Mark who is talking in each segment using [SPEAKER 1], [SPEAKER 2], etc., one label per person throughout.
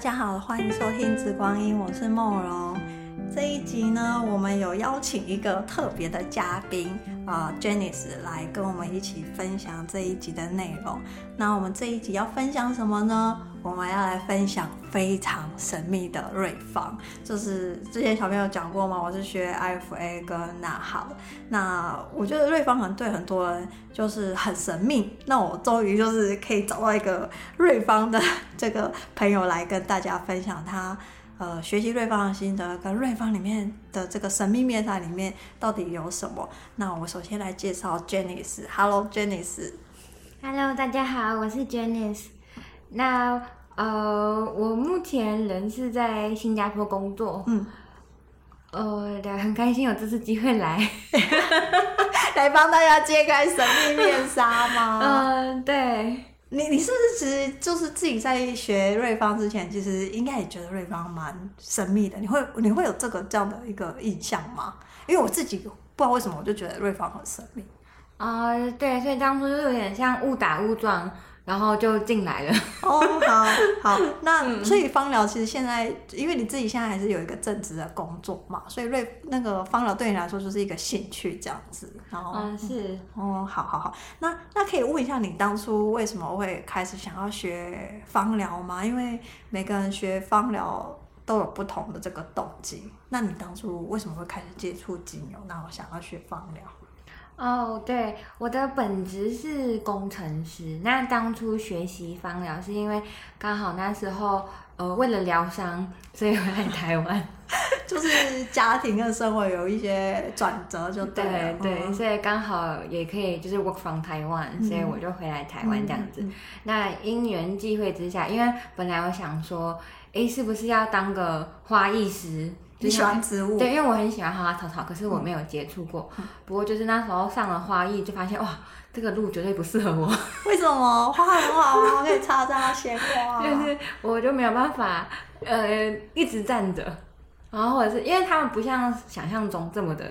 [SPEAKER 1] 家好，欢迎收听《紫光阴》，我是梦荣。这一集呢，我们有邀请一个特别的嘉宾啊、呃、，Janice 来跟我们一起分享这一集的内容。那我们这一集要分享什么呢？我们要来分享非常神秘的瑞芳，就是之前小朋友讲过嘛，我是学 IFA 跟那好，那我觉得瑞芳可能对很多人就是很神秘。那我终于就是可以找到一个瑞芳的 这个朋友来跟大家分享他。呃，学习瑞芳的心得跟瑞芳里面的这个神秘面纱里面到底有什么？那我首先来介绍 Janice。Hello Janice。
[SPEAKER 2] Hello，大家好，我是 Janice。那呃，我目前人是在新加坡工作，
[SPEAKER 1] 嗯，
[SPEAKER 2] 呃，对，很开心有这次机会来。
[SPEAKER 1] 来帮大家揭开神秘面纱 吗？
[SPEAKER 2] 嗯、对，
[SPEAKER 1] 你你是不是其实就是自己在学瑞芳之前，其实应该也觉得瑞芳蛮神秘的？你会你会有这个这样的一个印象吗？因为我自己不知道为什么，我就觉得瑞芳很神秘。
[SPEAKER 2] 呃，对，所以当初就有点像误打误撞，然后就进来了。
[SPEAKER 1] 哦，好好， 嗯那所以芳疗其实现在，因为你自己现在还是有一个正职的工作嘛，所以瑞那个芳疗对你来说就是一个兴趣这样子。然后，
[SPEAKER 2] 嗯，是，
[SPEAKER 1] 哦，好好好，那那可以问一下你当初为什么会开始想要学芳疗吗？因为每个人学芳疗都有不同的这个动机。那你当初为什么会开始接触精油，然后想要学芳疗？
[SPEAKER 2] 哦，对，我的本职是工程师。那当初学习芳疗是因为刚好那时候，呃，为了疗伤，所以回来台湾。
[SPEAKER 1] 就是家庭跟生活有一些转折，就对了
[SPEAKER 2] 对。对，
[SPEAKER 1] 嗯
[SPEAKER 2] 所以刚好也可以就是 work from 台湾、所以我就回来台湾这样子。
[SPEAKER 1] 嗯嗯
[SPEAKER 2] 那因缘际会之下，因为本来我想说，诶，是不是要当个花艺师？
[SPEAKER 1] 你喜欢植物？
[SPEAKER 2] 对，因为我很喜欢花花草草，可是我没有接触过。
[SPEAKER 1] 嗯
[SPEAKER 2] 不过就是那时候上了花艺，就发现哇，这个路绝对不适合 我，
[SPEAKER 1] 为什么花很好啊？可以插在鲜 花。
[SPEAKER 2] 就是我就没有办法，呃，一直站着。然后或者是因为他们不像想象中这么的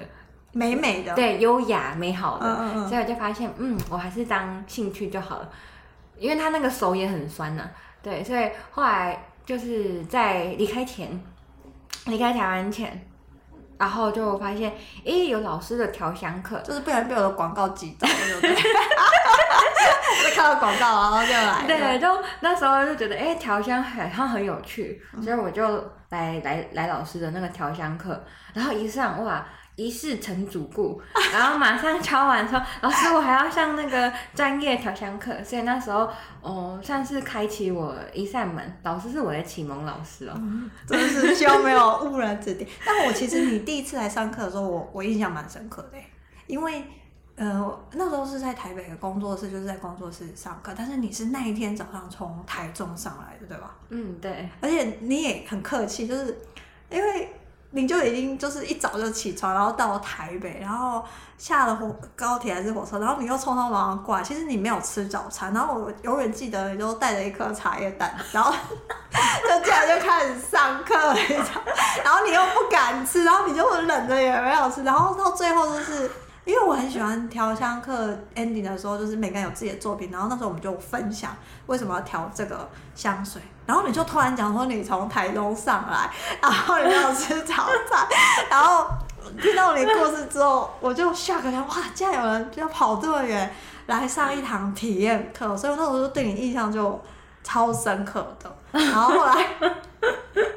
[SPEAKER 1] 美美的。
[SPEAKER 2] 对优雅美好的，
[SPEAKER 1] 嗯嗯嗯
[SPEAKER 2] 所以我就发现，嗯，我还是当兴趣就好了，因为他那个手也很酸呐、对，所以后来就是在离开前，离开台湾前，然后就发现，诶，有老师的调香课，
[SPEAKER 1] 就是不然被我的广告挤到，对不 对？就看到广告，然后就来。
[SPEAKER 2] 对，，就那时候就觉得，哎、调香好像很有趣，
[SPEAKER 1] 嗯
[SPEAKER 2] 所以我就来来来老师的那个调香课，然后一上哇。一试成主顾， 然后马上敲完说：“老师，我还要上那个专业调香课。”所以那时候，哦，算是开启我一扇门。老师是我的启蒙老师哦。
[SPEAKER 1] 真的是希望没有误人子弟。但我其实你第一次来上课的时候，我我印象蛮深刻的欸，因为呃那时候是在台北的工作室，就是在工作室上课，但是你是那一天早上从台中上来的，对吧？
[SPEAKER 2] 嗯，对，
[SPEAKER 1] 而且你也很客气，就是因为你就已经就是一早就起床，然后到台北，然后下了火高铁还是火车，然后你又匆匆忙忙过来，其实你没有吃早餐，然后我永远记得你就带着一颗茶叶蛋，然后 就这样就开始上课了，你知道 然后你又不敢吃，然后你就忍着也没有吃，然后到最后就是。因为我很喜欢调香课 ending 的时候，就是每个人有自己的作品，然后那时候我们就分享为什么要调这个香水，然后你就突然讲说你从台中上来，然后你没有吃早餐， 然后听到你故事之后，我就 shock 一下，哇，竟然有人就要跑这么远来上一堂体验课，所以我那时候就对你印象就超深刻的。然后后来，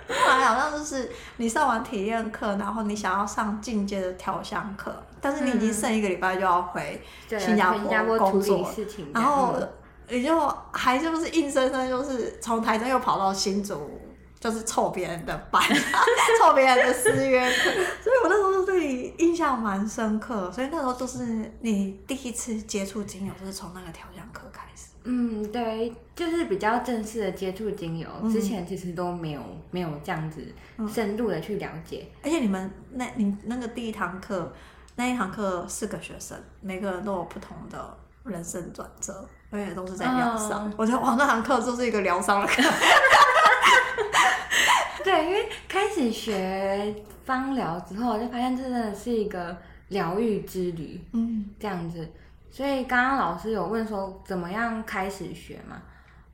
[SPEAKER 1] 后来好像就是你上完体验课，然后你想要上进阶的调香课，但是你已经剩一个礼拜就要回
[SPEAKER 2] 对，
[SPEAKER 1] 新加坡
[SPEAKER 2] 新加坡处
[SPEAKER 1] 工作
[SPEAKER 2] 理事情这
[SPEAKER 1] 然
[SPEAKER 2] 样，
[SPEAKER 1] 后
[SPEAKER 2] 嗯
[SPEAKER 1] 你就还是不是硬生生就是从台中又跑到新竹，就是凑别人的班， 凑别人的私约课，所以我那时候对你印象蛮深刻，所以那时候就是你第一次接触精油，就是从那个调香课开始。
[SPEAKER 2] 嗯，对，就是比较正式的接触精油，
[SPEAKER 1] 嗯
[SPEAKER 2] 之前其实都没有没有这样子深入的去了解。
[SPEAKER 1] 而且你们那你那个第一堂课，那一堂课四个学生，每个人都有不同的人生转折，而且都是在疗伤。
[SPEAKER 2] 嗯
[SPEAKER 1] 我觉得哇，那堂课就是一个疗伤的课。
[SPEAKER 2] 对，因为开始学芳疗之后，就发现这真的是一个疗愈之旅
[SPEAKER 1] 嗯，
[SPEAKER 2] 这样子。所以刚刚老师有问说怎么样开始学嘛，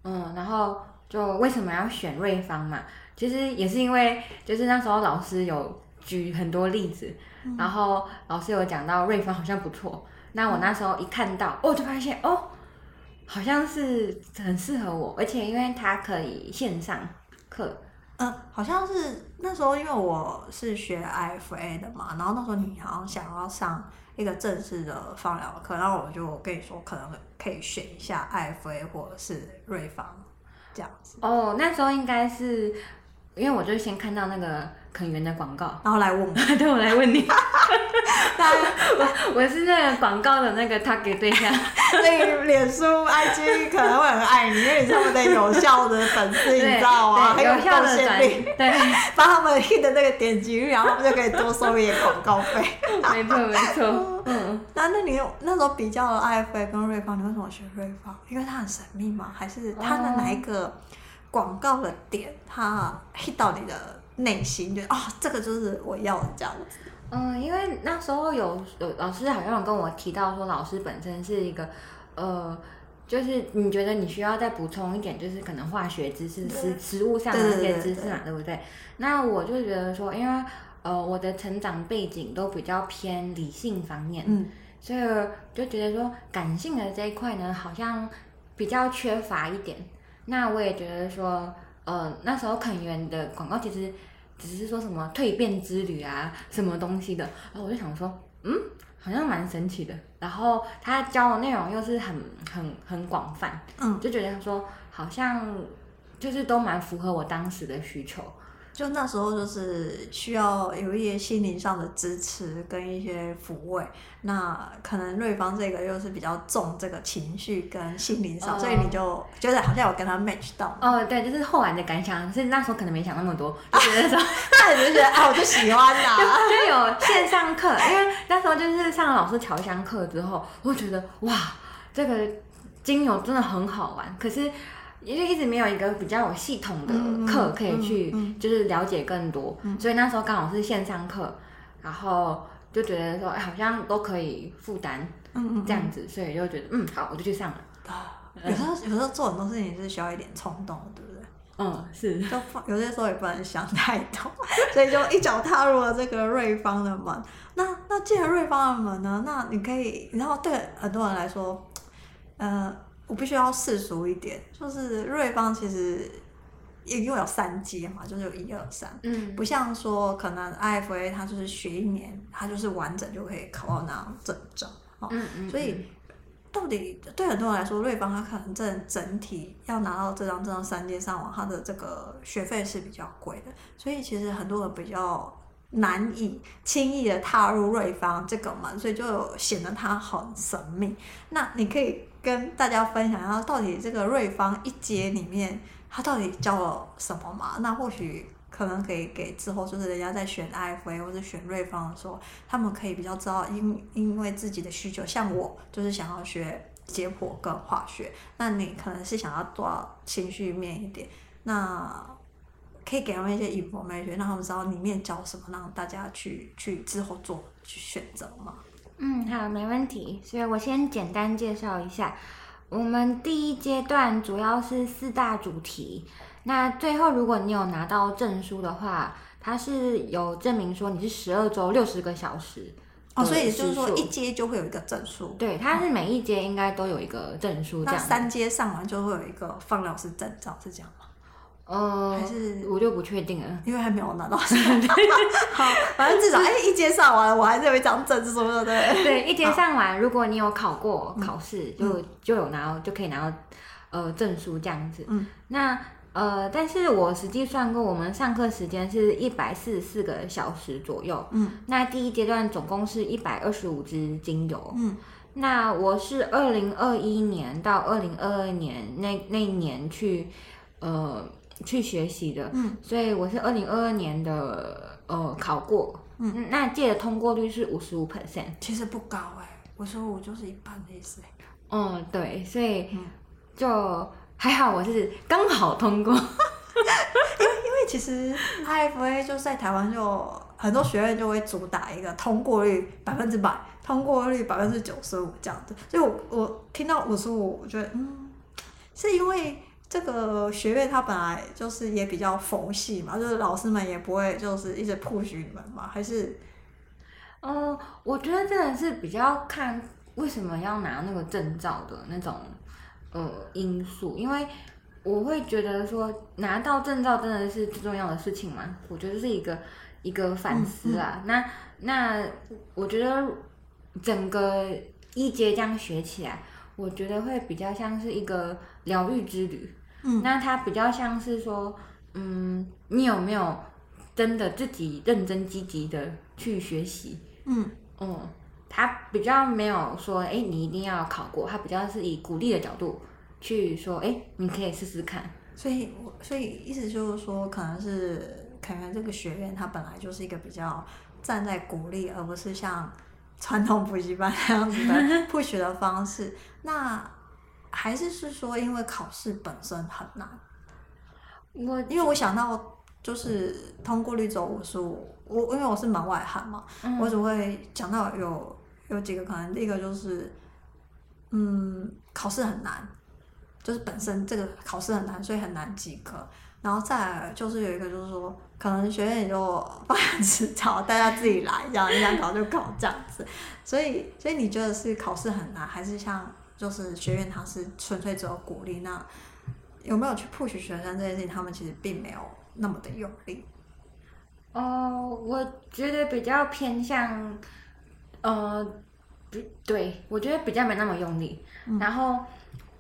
[SPEAKER 2] 嗯，然后就为什么要选瑞芳嘛？其实也是因为，就是那时候老师有举很多例子，然后老师有讲到瑞芳好像不错。那我那时候一看到，我、就发现哦，好像是很适合我，而且因为它可以线上课，
[SPEAKER 1] 呃，好像是那时候，因为我是学 IFA 的嘛，然后那时候你好像想要上一个正式的放疗课，然后我就跟你说，可能可以选一下 IFA 或者是瑞芳这样子，
[SPEAKER 2] 哦，那时候应该是因为我就先看到那个肯源的广告，
[SPEAKER 1] 然后来问我。
[SPEAKER 2] 对我来问你，
[SPEAKER 1] 大家
[SPEAKER 2] 我是那个广告的那个 target 对象，
[SPEAKER 1] 所以脸书、IG 可能会很爱你，因为你是他们的有效的粉 丝，你
[SPEAKER 2] 对，
[SPEAKER 1] 知道吗？很
[SPEAKER 2] 对，有效
[SPEAKER 1] 贡
[SPEAKER 2] 的
[SPEAKER 1] 献
[SPEAKER 2] 转
[SPEAKER 1] 力，
[SPEAKER 2] 对，
[SPEAKER 1] 帮他们 hit 的那个点击率，然后他们就可以多收一点广告费。
[SPEAKER 2] 没错没错，嗯，
[SPEAKER 1] 那那你有那时候比较了 IFA 跟瑞芳，你为什么选瑞芳？因为它很神秘吗？还是它的
[SPEAKER 2] 哦
[SPEAKER 1] 哪一个广告的点，它 hit 到你的内心，就哦，这个就是我要的这样子。
[SPEAKER 2] 嗯，因为那时候有有老师好像有跟我提到说，老师本身是一个呃。就是你觉得你需要再补充一点，就是可能化学知识、食
[SPEAKER 1] 对
[SPEAKER 2] 食物上的
[SPEAKER 1] 对
[SPEAKER 2] 一
[SPEAKER 1] 对
[SPEAKER 2] 些
[SPEAKER 1] 对
[SPEAKER 2] 知识嘛，对不对？那我就觉得说，因为呃我的成长背景都比较偏理性方面，
[SPEAKER 1] 嗯，
[SPEAKER 2] 所以就觉得说感性的这一块呢，好像比较缺乏一点。那我也觉得说，呃，那时候肯源的广告其实只是说什么蜕变之旅啊，什么东西的，然后我就想说，嗯，好像蛮神奇的。然后他教的内容又是很很很广泛，
[SPEAKER 1] 嗯，
[SPEAKER 2] 就觉得说好像就是都蛮符合我当时的需求。
[SPEAKER 1] 就那时候就是需要有一些心灵上的支持跟一些抚慰，那可能瑞芳这个又是比较重这个情绪跟心灵上，
[SPEAKER 2] 哦
[SPEAKER 1] 所以你就觉得好像有跟他 match 到，
[SPEAKER 2] 哦，对，就是后来的感想是那时候可能没想那么多，就觉得说。
[SPEAKER 1] 那你就觉得啊，我就喜欢啦、
[SPEAKER 2] 就有线上课，因为那时候就是上了老师调香课之后，我觉得哇，这个精油真的很好玩，可是因为一直没有一个比较有系统
[SPEAKER 1] 嗯
[SPEAKER 2] 的课可以去
[SPEAKER 1] 嗯
[SPEAKER 2] 就是了解更多，所以那时候刚好是线上课，然后就觉得说、哎好像都可以负担
[SPEAKER 1] 嗯嗯，
[SPEAKER 2] 这样子，所以就觉得嗯好，我就去上了。
[SPEAKER 1] 有时候有时候做很多事情是需要一点冲动的，对不对？哦
[SPEAKER 2] 嗯，是，
[SPEAKER 1] 就不有些时候也不能想太多， 所以就一脚踏入了这个瑞芳的门。那那进了瑞芳的门呢？那你可以，然后对很多人来说，呃，我必须要世俗一点，就是瑞芳其实因为有三阶嘛，就是有一二三。
[SPEAKER 2] 嗯，
[SPEAKER 1] 不像说可能 IFA 它就是学一年，它就是完整就可以考到那张证照哦。
[SPEAKER 2] 嗯嗯，
[SPEAKER 1] 所以到底对很多人来说，瑞邦它可能整整体要拿到这张这张三阶上网，它的这个学费是比较贵的，所以其实很多人比较难以轻易的踏入瑞芳这个门，所以就有显得它很神秘。那你可以跟大家分享一下，到底这个瑞芳一阶里面，它到底教了什么嘛？那或许。可能可以给之后就是人家在选 IFA 或者选瑞芳的时候，他们可以比较知道因因为自己的需求，像我就是想要学解剖跟化学，那你可能是想要做到情绪面一点，那可以给他们一些 information，让他们知道里面教什么，让大家去去之后做去选择嘛。
[SPEAKER 2] 嗯，好，没问题。所以我先简单介绍一下，我们第一阶段主要是四大主题。那最后，如果你有拿到证书的话，它是有证明说你是十二周六十个小时。
[SPEAKER 1] 哦，
[SPEAKER 2] 嗯
[SPEAKER 1] 所以就是说
[SPEAKER 2] 是
[SPEAKER 1] 一阶就会有一个证书，
[SPEAKER 2] 对，它是每一阶应该都有一个证书这
[SPEAKER 1] 那
[SPEAKER 2] 样。
[SPEAKER 1] 三阶上完就会有一个放疗师证照，是这样吗？
[SPEAKER 2] 呃
[SPEAKER 1] 还，是
[SPEAKER 2] 我就不确定了。
[SPEAKER 1] 因为还没有拿到 好，反正至少哎、一阶上完了，我还是有一张证书的，对不对？
[SPEAKER 2] 对，一阶上完，如果你有考
[SPEAKER 1] 嗯
[SPEAKER 2] 过考试，就就有拿到，就可以拿到呃证书这样子。
[SPEAKER 1] 嗯，
[SPEAKER 2] 那呃，但是我实际算过，我们上课时间是一百四十四个小时左右。
[SPEAKER 1] 嗯
[SPEAKER 2] 那第一阶段总共是一百二十五支精油。
[SPEAKER 1] 嗯
[SPEAKER 2] 那我是二零二一年到二零二二年那那一年去呃去学习的，
[SPEAKER 1] 嗯，
[SPEAKER 2] 所以我是二零二二年的呃考过，
[SPEAKER 1] 嗯，
[SPEAKER 2] 那届的通过率是五十五 percent。
[SPEAKER 1] 其实不高哎、我说我就是一半的意思、
[SPEAKER 2] 嗯，对，所以
[SPEAKER 1] 嗯
[SPEAKER 2] 就还好，我是刚好通过。
[SPEAKER 1] 因为其实 IFA 就是在台湾就很多学院就会主打一个通过率百分之百，通过率百分之九十五这样子，所以我我听到五十五，我觉得嗯，是因为这个学院它本来就是也比较佛系嘛，就是老师们也不会就是一直 push 你们嘛，还是
[SPEAKER 2] 哦，我觉得真的是比较看为什么要拿那个证照的那种呃因素，因为我会觉得说拿到证照真的是最重要的事情嘛，我觉得是一个一个反思啊。那那我觉得整个一阶这样学起来，我觉得会比较像是一个疗愈之旅。
[SPEAKER 1] 嗯
[SPEAKER 2] 那它比较像是说，嗯，你有没有真的自己认真积极的去学习？
[SPEAKER 1] 嗯
[SPEAKER 2] 嗯，他比较没有说，哎、你一定要考过，他比较是以鼓励的角度去说，哎、你可以试试看。
[SPEAKER 1] 所以我，所以意思就是说，可能是可能这个学院它本来就是一个比较站在鼓励，而不是像传统补习班那样子的 push 的方式。那还是是说，因为考试本身很难，
[SPEAKER 2] 我
[SPEAKER 1] 因为我想到就是通过率只有五十五，我因为我是门外汉嘛，
[SPEAKER 2] 嗯
[SPEAKER 1] 我只会讲到有有几个可能，第一个就是，嗯，考试很难，就是本身这个考试很难，所以很难及格。然后再来就是有一个就是说，可能学院也就放任指导，大家自己来，这样你想考就考这样子。所以，所以你觉得是考试很难，还是像就是学院它是纯粹只有鼓励？那有没有去 push 学生这件事情，他们其实并没有那么的用力。
[SPEAKER 2] 哦，我觉得比较偏向，呃，比对我觉得比较没那么用力。
[SPEAKER 1] 嗯
[SPEAKER 2] 然后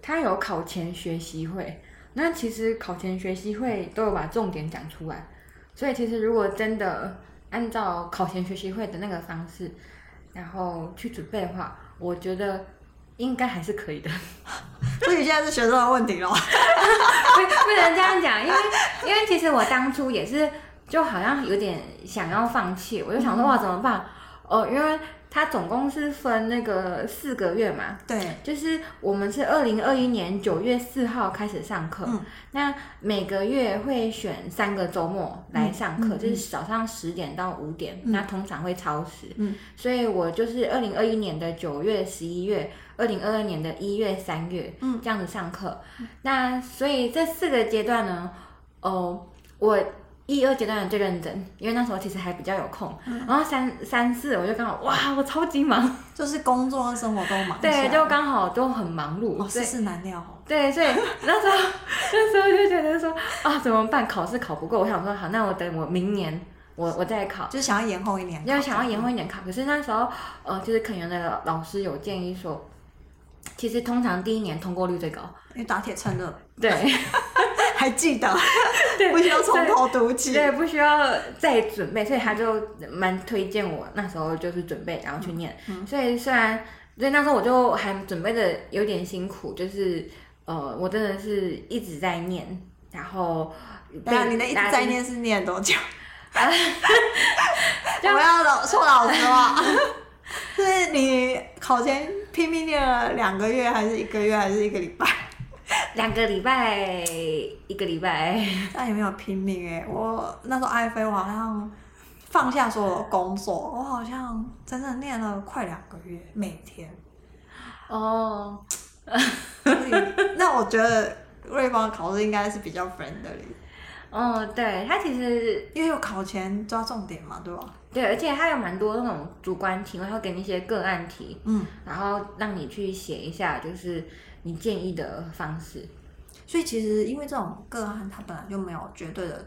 [SPEAKER 2] 他有考前学习会，那其实考前学习会都有把重点讲出来，所以其实如果真的按照考前学习会的那个方式，然后去准备的话，我觉得应该还是可以的。
[SPEAKER 1] 所以现在是学生的问题咯。
[SPEAKER 2] 不不能这样讲，因为因为其实我当初也是，就好像有点想要放弃，我就想说哇怎么办？哦，因为它总共是分那个四个月嘛，
[SPEAKER 1] 对，
[SPEAKER 2] 就是我们是二零二一年九月四号开始上课，
[SPEAKER 1] 嗯
[SPEAKER 2] 那每个月会选三个周末来上课，
[SPEAKER 1] 嗯嗯
[SPEAKER 2] 就是早上十点到五点，
[SPEAKER 1] 嗯
[SPEAKER 2] 那通常会超时，
[SPEAKER 1] 嗯
[SPEAKER 2] 所以我就是二零二一年的九月、十一月，二零二二年的一月、三月，
[SPEAKER 1] 嗯
[SPEAKER 2] 这样子上课。那所以这四个阶段呢，哦，我。一二阶段最认真，因为那时候其实还比较有空，
[SPEAKER 1] 嗯
[SPEAKER 2] 然后三三四我就刚好哇，我超级忙，
[SPEAKER 1] 就是工作跟生活都忙起来
[SPEAKER 2] 对，就刚好都很忙碌，
[SPEAKER 1] 哦，世
[SPEAKER 2] 所以
[SPEAKER 1] 事难料哦。
[SPEAKER 2] 对，所以那时 候那时候就觉得说啊，怎么办？考试考不过，我想说好，那我等我明年我我再考，
[SPEAKER 1] 就是想要延后一年，
[SPEAKER 2] 就是想要延后一点考。可是那时候呃，就是肯园的老老师有建议说，其实通常第一年通过率最高，
[SPEAKER 1] 因为打铁趁热，
[SPEAKER 2] 对
[SPEAKER 1] 还记得，
[SPEAKER 2] 对
[SPEAKER 1] 不需要从头读起。
[SPEAKER 2] 对，不需要再准备，所以他就蛮推荐我那时候就是准备，然后去念。
[SPEAKER 1] 嗯
[SPEAKER 2] 所以虽然所以那时候我就还准备的有点辛苦，就是呃，我真的是一直在念，然后
[SPEAKER 1] 对啊，你的一直在
[SPEAKER 2] 念。
[SPEAKER 1] 念是念多 久？
[SPEAKER 2] 就
[SPEAKER 1] 我要老说老实话， 就是你考前拼命念了两个月，还是一个月，还是一个礼拜？
[SPEAKER 2] 两个礼拜，一个礼拜，
[SPEAKER 1] 但也没有拼命哎、我那时候爱妃，我好像放下所有的工作，我好像整整念了快两个月，每天。
[SPEAKER 2] 哦，
[SPEAKER 1] 所以那我觉得瑞芳的考试应该是比较 friendly，
[SPEAKER 2] 哦，对，它其实
[SPEAKER 1] 因为有考前抓重点嘛，对吧？
[SPEAKER 2] 对，而且它有蛮多那种主观题，然后给你一些个案题，
[SPEAKER 1] 嗯，
[SPEAKER 2] 然后让你去写一下，就是你建议的方式。
[SPEAKER 1] 所以其实因为这种个案，它本来就没有绝对的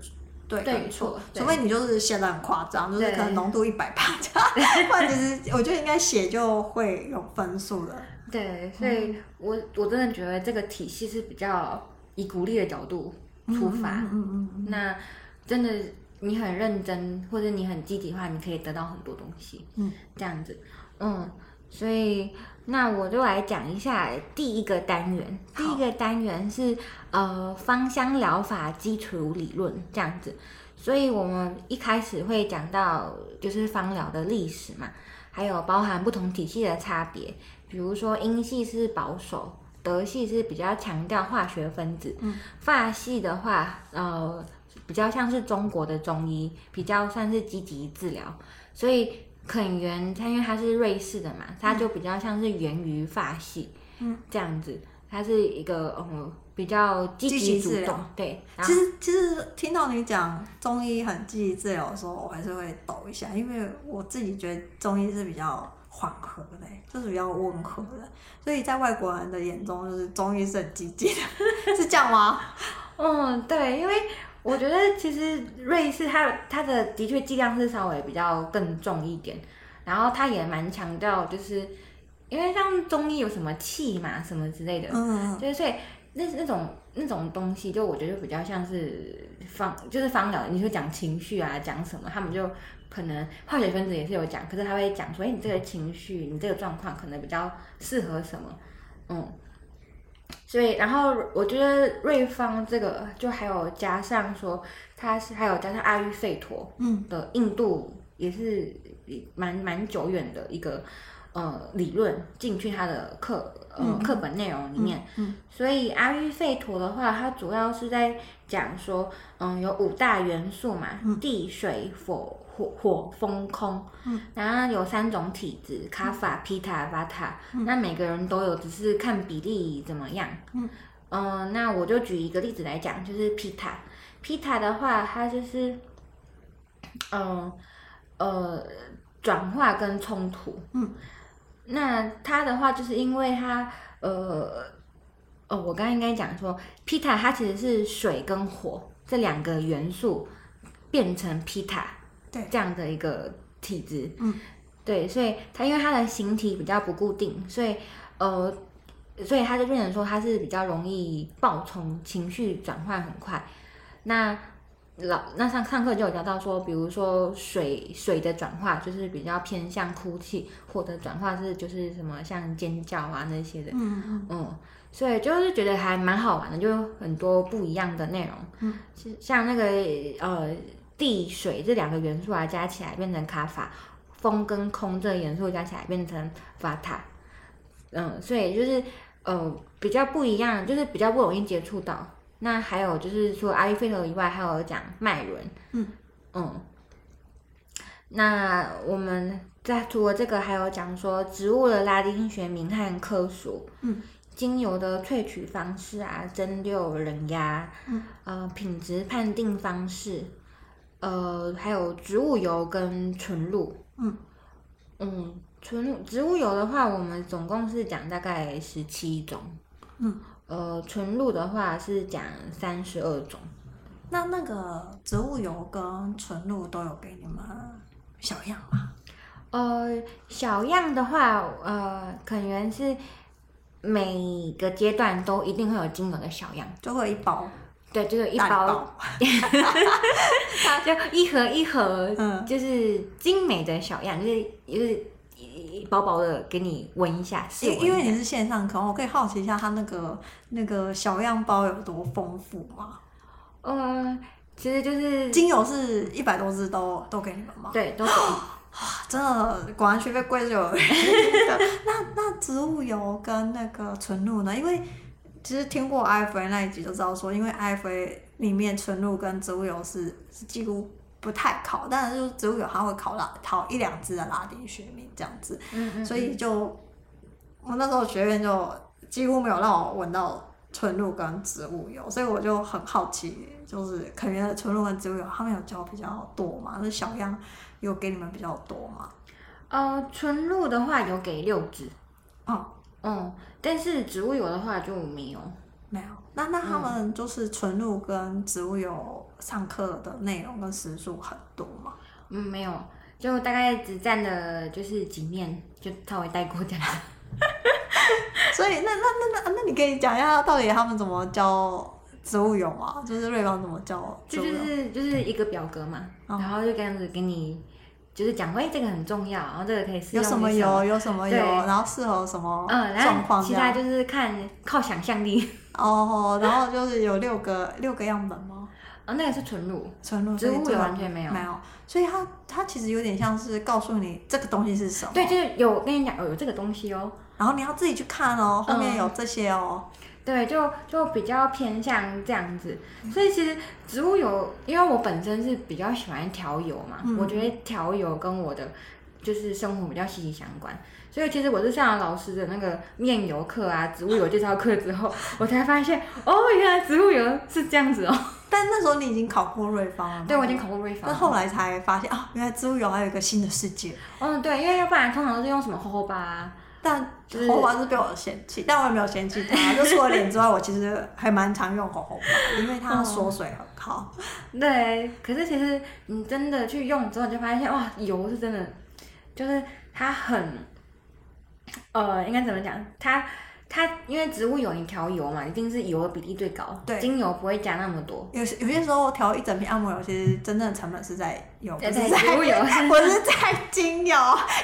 [SPEAKER 1] 对
[SPEAKER 2] 对
[SPEAKER 1] 跟错，
[SPEAKER 2] 错
[SPEAKER 1] 除非你就是写的很夸张，就是
[SPEAKER 2] 对
[SPEAKER 1] 可能浓度一百帕这 样，不然其实我觉得应该写就会有分数的。
[SPEAKER 2] 对，所以我我真的觉得这个体系是比较以鼓励的角度出发，
[SPEAKER 1] 嗯嗯嗯嗯，
[SPEAKER 2] 那真的你很认真或者你很积极的话，你可以得到很多东西。
[SPEAKER 1] 嗯，
[SPEAKER 2] 这样子，嗯，所以那我就来讲一下第一个单元。
[SPEAKER 1] 好
[SPEAKER 2] 第一个单元是呃芳香疗法基础理论这样子，所以我们一开始会讲到就是芳疗的历史嘛，还有包含不同体系的差别，比如说英系是保守。德系是比较强调化学分子，
[SPEAKER 1] 嗯
[SPEAKER 2] 法系的话，呃，比较像是中国的中医，比较算是积极治疗，所以肯源，它因为它是瑞士的嘛，它就比较像是源于法系，
[SPEAKER 1] 嗯，
[SPEAKER 2] 这样子。他是一个嗯比较积
[SPEAKER 1] 积极
[SPEAKER 2] 极主
[SPEAKER 1] 治疗
[SPEAKER 2] 动，对，然后
[SPEAKER 1] 其实其实听到你讲中医很积极治疗的时候，我还是会抖一下，因为我自己觉得中医是比较缓和的、就是比较温和的，所以在外国人的眼中，就是中医是很积极 的，是这样吗？
[SPEAKER 2] 嗯，对，因为我觉得其实瑞士它它的的确剂量是稍微比较更重一点，然后它也蛮强调就是，因为像中医有什么气嘛什么之类的，
[SPEAKER 1] 嗯，
[SPEAKER 2] 就是所以那那种那种东西，就我觉得比较像是方就是方疗，你说讲情绪啊讲什么，他们就可能化学分子也是有讲，可是他会讲说，哎、你这个情绪，你这个状况可能比较适合什么，嗯。所以，然后我觉得瑞芳这个，就还有加上说，它是还有加上阿育吠陀，
[SPEAKER 1] 嗯
[SPEAKER 2] 的印度也是蛮蛮久远的一个呃理论进去它的课呃
[SPEAKER 1] 嗯
[SPEAKER 2] 课本内容里面，
[SPEAKER 1] 嗯
[SPEAKER 2] 所以阿育吠陀的话，它主要是在讲说，嗯，有五大元素嘛，
[SPEAKER 1] 嗯
[SPEAKER 2] 地、水、火、火、火、风、空，
[SPEAKER 1] 嗯
[SPEAKER 2] 然后有三种体质，卡法、皮塔、瓦塔，那每个人都有，只是看比例怎么样。
[SPEAKER 1] 嗯
[SPEAKER 2] 嗯那我就举一个例子来讲，就是皮塔，皮塔的话，它就是，嗯呃转化跟冲突，
[SPEAKER 1] 嗯，
[SPEAKER 2] 那它的话就是因为它呃哦，我刚刚应该讲说皮塔它其实是水跟火这两个元素变成皮塔
[SPEAKER 1] 对
[SPEAKER 2] 这样的一个体质，
[SPEAKER 1] 嗯，
[SPEAKER 2] 对，所以它因为它的形体比较不固定，所以呃，所以它就变成说它是比较容易暴冲，情绪转换很快。那老那上上课就有教到说，比如说水水的转化就是比较偏向哭泣，火的转化是就是什么像尖叫啊那些的，
[SPEAKER 1] 嗯嗯。
[SPEAKER 2] 嗯，所以就是觉得还蛮好玩的，就有很多不一样的内容。
[SPEAKER 1] 嗯，
[SPEAKER 2] 像那个呃地水这两个元素啊，加起来变成卡法，风跟空这个元素加起来变成法塔。嗯，所以就是呃比较不一样，就是比较不容易接触到。那还有就是除了阿育吠陀以外，还有讲脉轮。
[SPEAKER 1] 嗯
[SPEAKER 2] 嗯，那我们在除了这个，还有讲说植物的拉丁学名和科属。精油的萃取方式啊，蒸馏、冷压，
[SPEAKER 1] 嗯
[SPEAKER 2] 呃，品质判定方式，呃，还有植物油跟纯露，
[SPEAKER 1] 嗯
[SPEAKER 2] 嗯，纯露植物油的话，我们总共是讲大概十七种，
[SPEAKER 1] 嗯，
[SPEAKER 2] 呃，纯露的话是讲三十二种，
[SPEAKER 1] 那那个植物油跟纯露都有给你们小样吗？
[SPEAKER 2] 呃，小样的话，呃，可能是每个阶段都一定会有精油的小样，
[SPEAKER 1] 就会有一包
[SPEAKER 2] 对，就是一
[SPEAKER 1] 蛋
[SPEAKER 2] 包
[SPEAKER 1] 包，
[SPEAKER 2] 就一盒一盒，
[SPEAKER 1] 嗯
[SPEAKER 2] 就是精美的小样，就是就是一一薄薄的给你闻一下，试闻一
[SPEAKER 1] 因
[SPEAKER 2] 下
[SPEAKER 1] 因为你是线上课，我可以好奇一下它那个那个小样包有多丰富吗？
[SPEAKER 2] 嗯，其实就是
[SPEAKER 1] 精油是一百多支都都给你们吗？
[SPEAKER 2] 对都可
[SPEAKER 1] 嗯
[SPEAKER 2] 以。
[SPEAKER 1] 真的，果然学费贵是有原因的。 那那植物油跟那个纯露呢？因为其实听过 IFA 那一集就知道说，因为 IFA 里面纯露跟植物油是是几乎不太考，但是就是植物油它会考拉考一两支的拉丁学名这样子，
[SPEAKER 2] 嗯嗯，
[SPEAKER 1] 所以就我那时候学院就几乎没有让我闻到纯露跟植物油，所以我就很好奇，就是肯源的纯露跟植物油他们有教比较多吗？那小样有给你们比较多吗？
[SPEAKER 2] 呃，纯露的话有给六支，
[SPEAKER 1] 哦，
[SPEAKER 2] 嗯，但是植物油的话就没有。
[SPEAKER 1] 没有。那那
[SPEAKER 2] 嗯
[SPEAKER 1] 他们就是纯露跟植物油上课的内容跟时数很多嘛？
[SPEAKER 2] 嗯，没有，就大概只占了就是几面，就稍微带 过这样。
[SPEAKER 1] 所以那那那那那你可以讲一下到底他们怎么教植物油嘛？就是瑞芳怎么教植
[SPEAKER 2] 这
[SPEAKER 1] 物
[SPEAKER 2] 就
[SPEAKER 1] 油？
[SPEAKER 2] 是就是一个表格嘛，
[SPEAKER 1] 哦
[SPEAKER 2] 然后就这样子给你就是讲，哎，这个很重要，然后这个可以适
[SPEAKER 1] 有
[SPEAKER 2] 用
[SPEAKER 1] 什么
[SPEAKER 2] 于
[SPEAKER 1] 油，有什么油，
[SPEAKER 2] 对
[SPEAKER 1] 然后适合什么
[SPEAKER 2] 嗯，
[SPEAKER 1] 哦状
[SPEAKER 2] 然后
[SPEAKER 1] 况这
[SPEAKER 2] 其他
[SPEAKER 1] 样。
[SPEAKER 2] 就是看靠想象力。
[SPEAKER 1] 哦，然后就是有六个六个样本吗？
[SPEAKER 2] 哦，那个是纯露，
[SPEAKER 1] 纯露
[SPEAKER 2] 植
[SPEAKER 1] 所以
[SPEAKER 2] 物
[SPEAKER 1] 这
[SPEAKER 2] 油
[SPEAKER 1] 个
[SPEAKER 2] 完全没有。
[SPEAKER 1] 没有，所以它它其实有点像是告诉你这个东西是什么，
[SPEAKER 2] 对，就是有我跟你讲，有有这个东西哦。
[SPEAKER 1] 然后你要自己去看哦，后面
[SPEAKER 2] 嗯
[SPEAKER 1] 有这些哦，
[SPEAKER 2] 对，就就比较偏向这样子。所以其实植物油，因为我本身是比较喜欢调油嘛，
[SPEAKER 1] 嗯
[SPEAKER 2] 我觉得调油跟我的就是生活比较息息相关。所以其实我是上了老师的那个面油课啊、植物油介绍课之后，我才发现哦，原来植物油是这样子哦。
[SPEAKER 1] 但那时候你已经考过瑞芳了吗，
[SPEAKER 2] 对，我已经考过瑞芳
[SPEAKER 1] 但
[SPEAKER 2] 了。
[SPEAKER 1] 后来才发现啊，原来植物油还有一个新的世界。
[SPEAKER 2] 嗯，对，因为要不然通常都是用什么霍霍巴、啊，
[SPEAKER 1] 但
[SPEAKER 2] 就是
[SPEAKER 1] 红花是被我嫌弃，但我也没有嫌弃它。就除了脸之外，我其实还蛮常用红红花，因为它
[SPEAKER 2] 嗯
[SPEAKER 1] 缩水很好。
[SPEAKER 2] 对，可是其实你真的去用之后，你就发现哇，油是真的，就是它很，呃，应该怎么讲？它它因为植物油你调油嘛，一定是油的比例最高，
[SPEAKER 1] 对
[SPEAKER 2] 精油不会加那么多。
[SPEAKER 1] 有些有些时候调一整瓶按摩油，其实真正的成本是在油，不
[SPEAKER 2] 对
[SPEAKER 1] 是
[SPEAKER 2] 对
[SPEAKER 1] 在
[SPEAKER 2] 植物油
[SPEAKER 1] 我是在精油，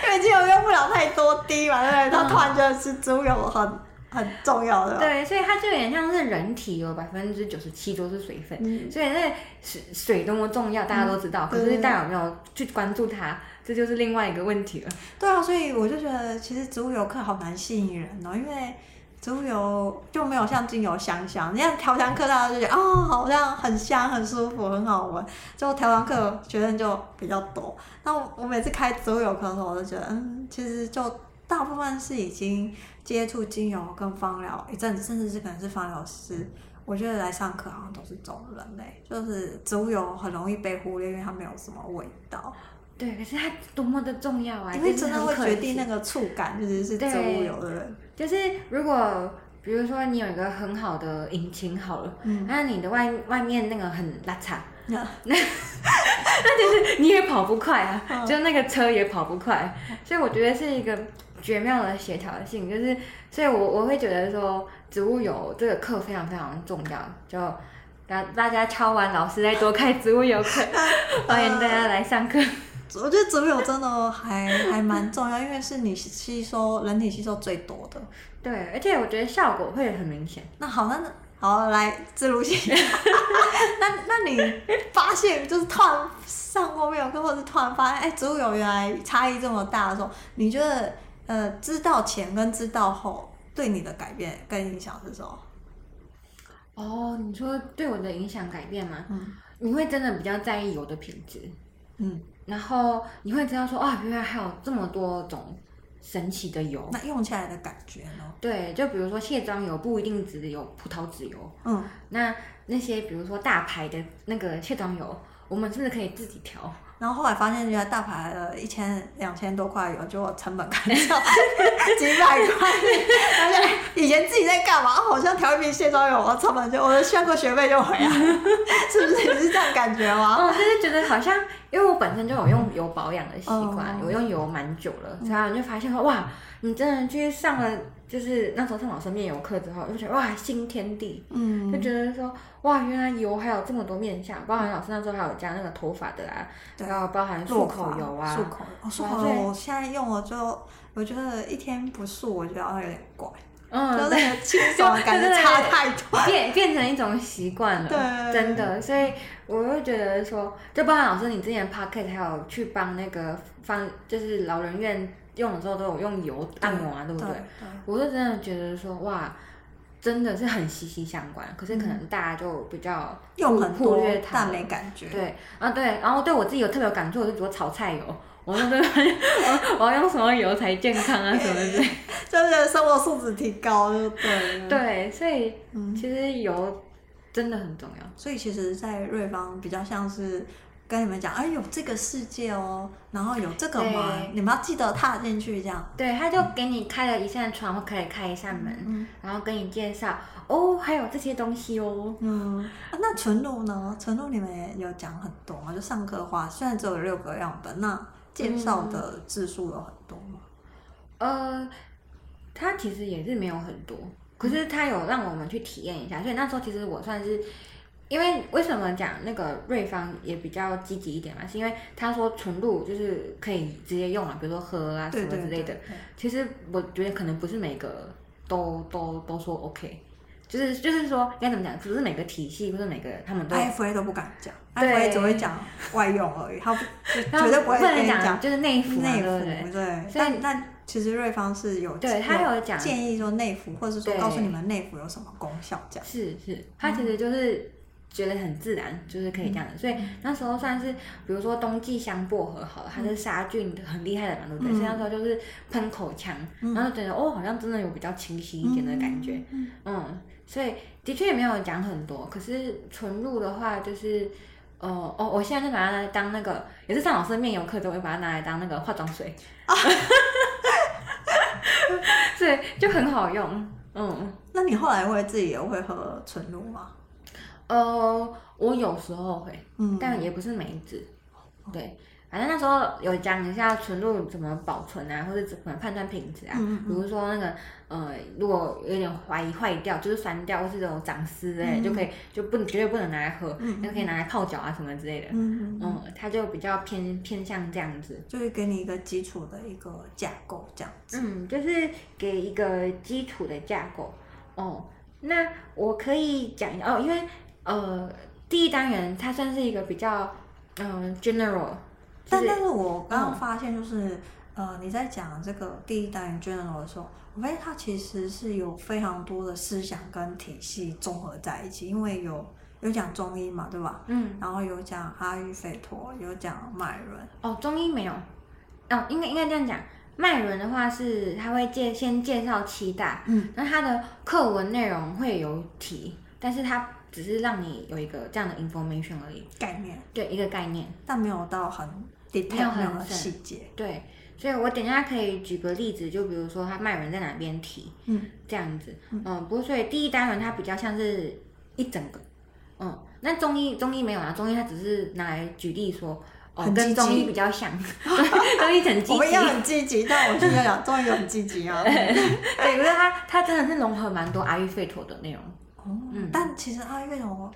[SPEAKER 1] 因为精油用不了太多滴嘛，对不对？
[SPEAKER 2] 嗯
[SPEAKER 1] 它突然觉得是植物油很很重要的。
[SPEAKER 2] 对，所以它就有点像是人体有百分之九十七都是水分，
[SPEAKER 1] 嗯，
[SPEAKER 2] 所以那水水多么重要，大家都知道，
[SPEAKER 1] 嗯
[SPEAKER 2] 可
[SPEAKER 1] 对
[SPEAKER 2] 是
[SPEAKER 1] 对
[SPEAKER 2] 大家有没有去关注它，这就是另外一个问题了。
[SPEAKER 1] 对啊，所以我就觉得其实植物油课好难吸引人哦，因为植物油就没有像精油香香。你看调香课大家就觉得哦，好像很香、很舒服、很好闻，就调香课学生就比较多。那我我每次开植物油课的时候，我就觉得嗯，其实就大部分是已经接触精油跟芳疗一阵子，甚至是可能是芳疗师。我觉得来上课好像都是这种人类，就是植物油很容易被忽略，因为它没有什么味道。
[SPEAKER 2] 对，可是它多么的重要啊！
[SPEAKER 1] 因为
[SPEAKER 2] 这是
[SPEAKER 1] 真的
[SPEAKER 2] 很
[SPEAKER 1] 会
[SPEAKER 2] 可
[SPEAKER 1] 决
[SPEAKER 2] 惜
[SPEAKER 1] 定那个触感， 就是是植
[SPEAKER 2] 对
[SPEAKER 1] 物油的人，
[SPEAKER 2] 就是如果比如说你有一个很好的引擎好了，
[SPEAKER 1] 嗯，
[SPEAKER 2] 那你的外外面那个很邋遢，
[SPEAKER 1] 那
[SPEAKER 2] 你也跑不快 啊，
[SPEAKER 1] 嗯
[SPEAKER 2] 就那个车也跑不快，所以我觉得是一个绝妙的协调性，就是所以我我会觉得说植物油这个课非常非常重要，就大大家敲完老师再多开植物油 课，欢迎大家来上 课。
[SPEAKER 1] 我觉得植物油真的还还蛮重要，因为是你吸收人体吸收最多的。
[SPEAKER 2] 对，而且我觉得效果会很明显。
[SPEAKER 1] 那好，那好来自如性， 那那你发现就是突然上过面油课，或者是突然发现哎、植物油原来差异这么大的时候，你觉得呃知道前跟知道后对你的改变跟影响是什么？
[SPEAKER 2] 哦，你说对我的影响改变吗？
[SPEAKER 1] 嗯
[SPEAKER 2] 你会真的比较在意油的品质，
[SPEAKER 1] 嗯，
[SPEAKER 2] 然后你会知道说，哇、原来还有这么多种神奇的油。
[SPEAKER 1] 那用起来的感觉呢？
[SPEAKER 2] 对，就比如说卸妆油不一定只有葡萄籽油，
[SPEAKER 1] 嗯，
[SPEAKER 2] 那那些比如说大牌的那个卸妆油，我们甚至可以自己调。
[SPEAKER 1] 然后后来发现，原来大牌的一千两千多块油，结果成本砍 掉几百块。而且以前自己在干嘛？哦好像调一瓶卸妆油，我成本就我的上课学费就回来了，是不是？你是这样感觉 吗？
[SPEAKER 2] 哦，就是觉得好像，因为我本身就有用油保养的习惯，
[SPEAKER 1] 哦
[SPEAKER 2] 我用油蛮久了，然后你就发现说，哇，你真的去上了，就是那时候上老师面油课之后，就觉得哇，新天地。就
[SPEAKER 1] 嗯，
[SPEAKER 2] 觉得说，哇，原来油还有这么多面相，包含老师那时候还有加那个头发的啊，
[SPEAKER 1] 对
[SPEAKER 2] 然后包含漱口油啊
[SPEAKER 1] 漱，口油，哦漱口
[SPEAKER 2] 哇
[SPEAKER 1] 油，
[SPEAKER 2] 对
[SPEAKER 1] 我现在用了就。我觉得一天不漱，我觉得好像有点怪，就
[SPEAKER 2] 嗯，
[SPEAKER 1] 是
[SPEAKER 2] 对
[SPEAKER 1] 那个清爽的感觉差太多。
[SPEAKER 2] 变变成一种习惯了，
[SPEAKER 1] 对
[SPEAKER 2] 真的，所以我就觉得说，就包含老师你之前 p o c k e t 还有去帮那个放，就是老人院用的时候都有用油按摩啊，对不对？
[SPEAKER 1] 对
[SPEAKER 2] 我是真的觉得说，哇。真的是很息息相关，可是
[SPEAKER 1] 嗯
[SPEAKER 2] 可能大家就比较
[SPEAKER 1] 用很多
[SPEAKER 2] 忽略它
[SPEAKER 1] 但
[SPEAKER 2] 了
[SPEAKER 1] 没感觉。
[SPEAKER 2] 对啊，对，然后对我自己有特别有感触，我就觉得炒菜油，我就对 我我要用什么油才健康啊什么之类的。
[SPEAKER 1] 就是生活素质提高，就对了。
[SPEAKER 2] 对，所以
[SPEAKER 1] 嗯
[SPEAKER 2] 其实油真的很重要。
[SPEAKER 1] 所以其实，在瑞芳比较像是跟你们讲，哎，有这个世界哦，然后有这个门
[SPEAKER 2] 对，
[SPEAKER 1] 你们要记得踏进去，这样。
[SPEAKER 2] 对，他就给你开了一扇窗，或可以开一扇门，
[SPEAKER 1] 嗯
[SPEAKER 2] 然后跟你介绍哦，还有这些东西哦。
[SPEAKER 1] 嗯、啊那纯露呢？纯露你们也有讲很多嘛？就上课的话，虽然只有六个样本，那
[SPEAKER 2] 嗯
[SPEAKER 1] 介绍的字数有很多嘛？
[SPEAKER 2] 呃，它其实也是没有很多，可是它有让我们去体验一下，所以那时候其实我算是。因为为什么讲那个瑞芳也比较积极一点嘛？是因为他说纯露就是可以直接用啊，比如说喝啊什
[SPEAKER 1] 对
[SPEAKER 2] 么
[SPEAKER 1] 对
[SPEAKER 2] 之类的。
[SPEAKER 1] 对
[SPEAKER 2] 其实我觉得可能不是每个都都都说 OK，就是就是说应该怎么讲，不是每个体系或者每个他们都
[SPEAKER 1] 对，IFA 都不敢讲
[SPEAKER 2] 对
[SPEAKER 1] ，IFA 只会讲外用而已，他不
[SPEAKER 2] 他
[SPEAKER 1] 绝
[SPEAKER 2] 们
[SPEAKER 1] 对不会跟
[SPEAKER 2] 能
[SPEAKER 1] 你
[SPEAKER 2] 讲
[SPEAKER 1] 讲
[SPEAKER 2] 就是内服嘛，
[SPEAKER 1] 内
[SPEAKER 2] 对不对？
[SPEAKER 1] 服。对，
[SPEAKER 2] 所以
[SPEAKER 1] 但但其实瑞芳是有
[SPEAKER 2] 对他有讲
[SPEAKER 1] 建议说内服，或者是说
[SPEAKER 2] 对
[SPEAKER 1] 告诉你们内服有什么功效这样。
[SPEAKER 2] 是是，它其实就是觉得很自然，就是可以
[SPEAKER 1] 嗯
[SPEAKER 2] 这样的。所以那时候算是，比如说冬季香薄荷好了，它是杀菌很厉害的嘛，对不对？
[SPEAKER 1] 嗯
[SPEAKER 2] 所以那时候就是喷口腔，
[SPEAKER 1] 嗯
[SPEAKER 2] 然后就觉得哦，好像真的有比较清晰一点的感觉。
[SPEAKER 1] 嗯
[SPEAKER 2] 嗯，所以的确也没有讲很多，可是纯露的话就是。呃哦，我现在就把它拿来当那个，也是上老师的面油课的，我就把它拿来当那个化妆水，
[SPEAKER 1] 啊
[SPEAKER 2] 对，就很好用。嗯，
[SPEAKER 1] 那你后来会自己也会喝纯露吗？
[SPEAKER 2] 呃，我有时候会，
[SPEAKER 1] 嗯，
[SPEAKER 2] 但也不是每一支。对，反正那时候有讲一下纯露怎么保存啊，或者怎么判断品质啊。
[SPEAKER 1] 嗯
[SPEAKER 2] 比如说那个呃，如果有点怀疑坏掉，就是酸掉或是有长丝哎、
[SPEAKER 1] 嗯
[SPEAKER 2] 就可以就不绝对不能拿来喝，
[SPEAKER 1] 嗯
[SPEAKER 2] 就可以拿来泡脚啊什么之类的。
[SPEAKER 1] 嗯嗯，
[SPEAKER 2] 嗯，它就比较偏偏向这样子。
[SPEAKER 1] 就是给你一个基础的一个架构这样子。
[SPEAKER 2] 嗯，就是给一个基础的架构。哦，那我可以讲哦，因为呃，第一单元它算是一个比较嗯、general，
[SPEAKER 1] 但
[SPEAKER 2] 就
[SPEAKER 1] 但
[SPEAKER 2] 是
[SPEAKER 1] 是我刚刚
[SPEAKER 2] 嗯
[SPEAKER 1] 发现就是，呃，你在讲这个第一单元 general 的时候，我发现它其实是有非常多的思想跟体系综合在一起，因为有有讲中医嘛，对吧？
[SPEAKER 2] 嗯
[SPEAKER 1] 然后有讲阿育吠陀，有讲脉轮，
[SPEAKER 2] 哦，中医没有哦，应该应该这样讲。脉轮的话是它会介先介绍七大，
[SPEAKER 1] 嗯，
[SPEAKER 2] 那它的课文内容会有提，但是它只是让你有一个这样的 information 而已，
[SPEAKER 1] 概念，
[SPEAKER 2] 对一个概念。
[SPEAKER 1] 但没有到很
[SPEAKER 2] 没有
[SPEAKER 1] detail，
[SPEAKER 2] 很
[SPEAKER 1] 没有很
[SPEAKER 2] 深
[SPEAKER 1] 细节。
[SPEAKER 2] 对，所以我等一下可以举个例子，就比如说它脉轮在哪边提，
[SPEAKER 1] 嗯，
[SPEAKER 2] 这样子，嗯，不过所以第一单元它比较像是一整个，嗯，那中医中医没有啊，中医它只是拿来举例说，哦，
[SPEAKER 1] 很积
[SPEAKER 2] 跟中
[SPEAKER 1] 极
[SPEAKER 2] 医比 较像，对，中医很积
[SPEAKER 1] 我们
[SPEAKER 2] 极
[SPEAKER 1] 要，很积极，但我现在讲中医很积极啊。
[SPEAKER 2] 对，可是它它真的是融合蛮多阿育吠陀的内容，
[SPEAKER 1] 哦
[SPEAKER 2] 嗯
[SPEAKER 1] 但其实阿育吠陀，我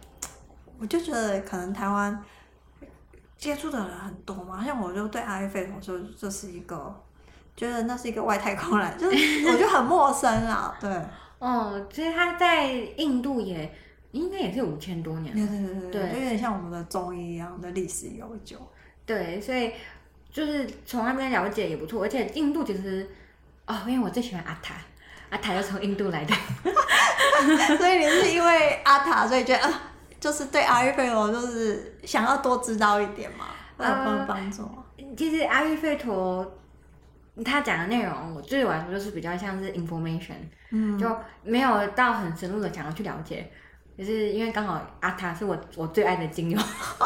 [SPEAKER 1] 我就觉得可能台湾接触的人很多嘛，像我就对阿育吠陀说这是一个，觉得那是一个外太空 来，就是我就很陌生啦。对，
[SPEAKER 2] 哦，其实它在印度也应该也是五千多年了
[SPEAKER 1] 对对对对
[SPEAKER 2] 对
[SPEAKER 1] 对，就有点像我们的中医一样的历史悠久。
[SPEAKER 2] 对，所以就是从那边了解也不错，而且印度其实哦，因为我最喜欢阿塔，阿塔就从印度来的。
[SPEAKER 1] 所以你是因为阿塔，所以觉得啊，就是对阿育吠陀就是想要多知道一点嘛，那有帮
[SPEAKER 2] 呃
[SPEAKER 1] 帮助啊吗？
[SPEAKER 2] 其实阿育吠陀他讲的内容，我对我来说就是比较像是 information，、
[SPEAKER 1] 嗯，
[SPEAKER 2] 就没有到很深入的想要去了解。就是因为刚好阿塔是我我最爱的精油，
[SPEAKER 1] 好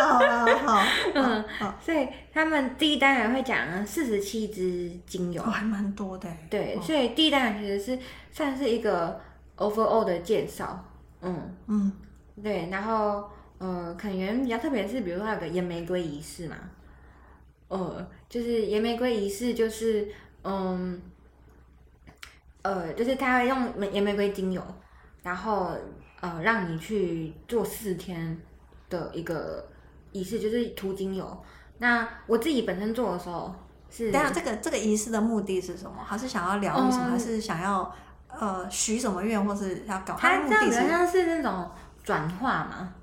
[SPEAKER 1] 好好，
[SPEAKER 2] 嗯
[SPEAKER 1] 好，
[SPEAKER 2] 所以他们第一单元会讲四十七支精油
[SPEAKER 1] 哦，，还蛮多的欸。
[SPEAKER 2] 对，
[SPEAKER 1] 哦
[SPEAKER 2] 所以第一单元其实是算是一个 overall 的介绍，嗯，
[SPEAKER 1] 嗯，
[SPEAKER 2] 对，然后呃，肯园比较特别的是，比如说它有个野玫瑰仪式嘛，呃，就是野玫瑰仪式就是嗯，呃，就是它会用玫野玫瑰精油，然后呃，让你去做四天的一个仪式，就是涂精油。那我自己本身做的时候是，
[SPEAKER 1] 等一下，这个这个仪式的目的是什么？还是想要疗愈什么？
[SPEAKER 2] 嗯
[SPEAKER 1] 还是想要呃许什么愿，或是要搞
[SPEAKER 2] 它
[SPEAKER 1] 的目
[SPEAKER 2] 这样
[SPEAKER 1] 的
[SPEAKER 2] 比较
[SPEAKER 1] 是？
[SPEAKER 2] 像是那种转化嘛，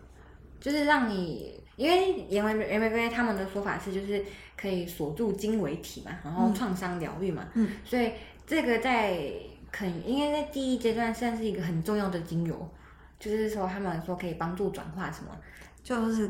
[SPEAKER 2] 就是让你，因为岩玫岩玫瑰他们的说法是，就是可以锁住经为体嘛，然后
[SPEAKER 1] 嗯
[SPEAKER 2] 创伤疗愈嘛，
[SPEAKER 1] 嗯，
[SPEAKER 2] 所以这个在肯应该在第一阶段算是一个很重要的精油，就是说他们说可以帮助转化什么，
[SPEAKER 1] 就是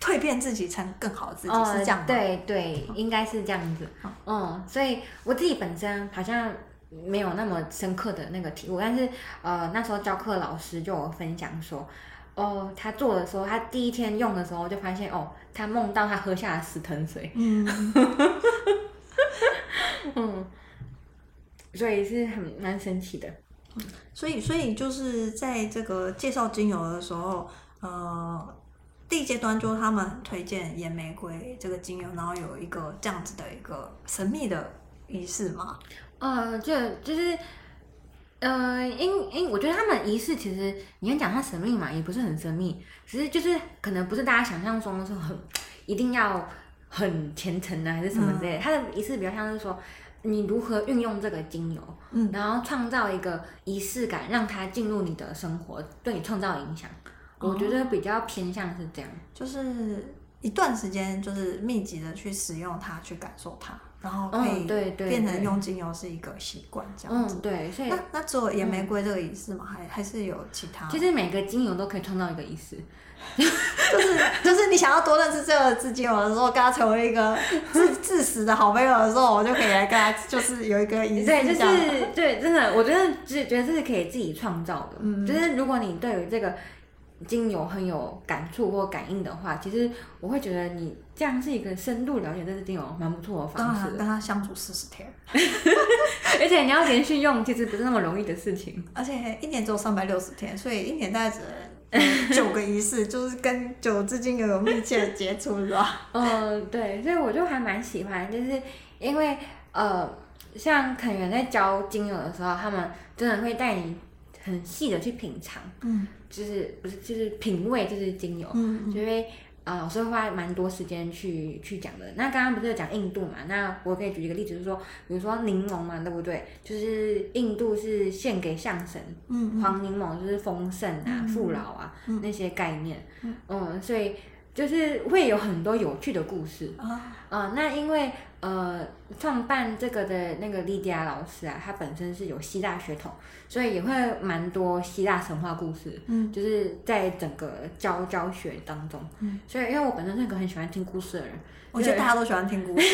[SPEAKER 1] 蜕变自己成更好的自己，
[SPEAKER 2] 哦，
[SPEAKER 1] 是这样吗？，
[SPEAKER 2] 对对，应该是这样子
[SPEAKER 1] 好。
[SPEAKER 2] 嗯，所以我自己本身好像没有那么深刻的那个体悟，但是呃，那时候教课老师就有分享说，哦，他做的时候，他第一天用的时候就发现，哦，他梦到他喝下了十藤水，
[SPEAKER 1] 嗯，
[SPEAKER 2] 嗯，所以是很蛮神奇的。
[SPEAKER 1] 所以所以就是在这个介绍精油的时候，呃。第一阶段就是他们很推荐野玫瑰这个精油，然后有一个这样子的一个神秘的仪式嘛。
[SPEAKER 2] 呃，就就是，呃，因因我觉得他们仪式其实你要讲它神秘嘛，也不是很神秘，只是就是可能不是大家想象中说很一定要很虔诚的还是什
[SPEAKER 1] 嗯
[SPEAKER 2] 么之类的。它的仪式比较像是说你如何运用这个精油，
[SPEAKER 1] 嗯，
[SPEAKER 2] 然后创造一个仪式感，让它进入你的生活，对你创造影响。我觉得比较偏向是这样。
[SPEAKER 1] 就是一段时间就是密集的去使用它，去感受它，然后哦可以
[SPEAKER 2] 嗯对对
[SPEAKER 1] 变成
[SPEAKER 2] 对
[SPEAKER 1] 用精油是一个习惯这样子。
[SPEAKER 2] 嗯，对，所以
[SPEAKER 1] 那那只有野玫瑰这个仪式吗？还还是有嗯其他？
[SPEAKER 2] 其实每个精油都可以创造一个意思。
[SPEAKER 1] 就是就是你想要多认识这个自己哦有的时候，跟他成为一个自 自私的好朋友的时候，我就可以来跟他就是有一个仪式
[SPEAKER 2] 对，就
[SPEAKER 1] 这样。
[SPEAKER 2] 是对，真的，我觉得只觉得这是可以自己创造的。
[SPEAKER 1] 嗯
[SPEAKER 2] 就是如果你对于这个精油很有感触或感应的话，其实我会觉得你这样是一个深度了解这支精油蛮不错的
[SPEAKER 1] 当
[SPEAKER 2] 方
[SPEAKER 1] 然
[SPEAKER 2] 式
[SPEAKER 1] 啊跟，他相处四十天，
[SPEAKER 2] 而且你要连续用，其实不是那么容易的事 情。
[SPEAKER 1] 而且一年只有三百六十天，所以一年大概只能九个仪式， 就是跟九只精油有密切的接触，是吧？
[SPEAKER 2] 嗯，对，所以我就还蛮喜欢，就是因为呃，像肯源在教精油的时候，他们真的会带你很细的去品尝，
[SPEAKER 1] 嗯
[SPEAKER 2] 就是不是就是品味这支精油，
[SPEAKER 1] 嗯，
[SPEAKER 2] 就会啊、呃老师会花蛮多时间去去讲的。那刚刚不是有讲印度嘛？那我可以举一个例子，就是说，比如说柠檬嘛，对不对？就是印度是献给象神，
[SPEAKER 1] 嗯嗯
[SPEAKER 2] 黄柠檬就是丰盛啊、
[SPEAKER 1] 嗯
[SPEAKER 2] 富饶啊、
[SPEAKER 1] 嗯
[SPEAKER 2] 那些概念。
[SPEAKER 1] 嗯
[SPEAKER 2] 所以就是会有很多有趣的故事。
[SPEAKER 1] 啊，
[SPEAKER 2] 啊、那因为呃，创办这个的那个莉迪亚老师啊，他本身是有希腊血统，所以也会蛮多希腊神话故事，
[SPEAKER 1] 嗯
[SPEAKER 2] 就是在整个教教学当中，
[SPEAKER 1] 嗯
[SPEAKER 2] 所以因为我本身是一个很喜欢听故事的人，
[SPEAKER 1] 我觉得
[SPEAKER 2] 对
[SPEAKER 1] 大家都喜欢听故事，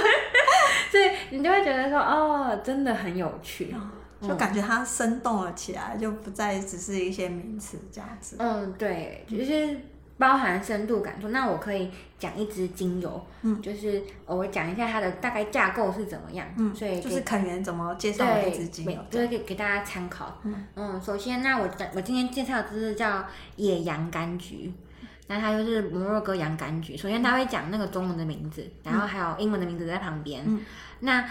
[SPEAKER 2] 所以你就会觉得说，哦，真的很有趣。
[SPEAKER 1] 嗯就感觉它生动了起来，就不再只是一些名词这样子。
[SPEAKER 2] 嗯，对，就是包含深度感触。那我可以讲一支精油，
[SPEAKER 1] 嗯
[SPEAKER 2] 就是呃我讲一下它的大概架构是怎么样，
[SPEAKER 1] 嗯，
[SPEAKER 2] 所以
[SPEAKER 1] 就
[SPEAKER 2] 给
[SPEAKER 1] 是肯源怎么介绍
[SPEAKER 2] 对，
[SPEAKER 1] 给自己
[SPEAKER 2] 没
[SPEAKER 1] 有哦这
[SPEAKER 2] 就
[SPEAKER 1] 样
[SPEAKER 2] 是给给大家参考。
[SPEAKER 1] 嗯
[SPEAKER 2] 嗯首先那我讲我今天介绍的就是叫野洋柑橘，
[SPEAKER 1] 嗯
[SPEAKER 2] 那它就是摩洛哥洋柑橘。首先它会讲那个中文的名字，然后还有英文的名字在旁边。
[SPEAKER 1] 嗯
[SPEAKER 2] 那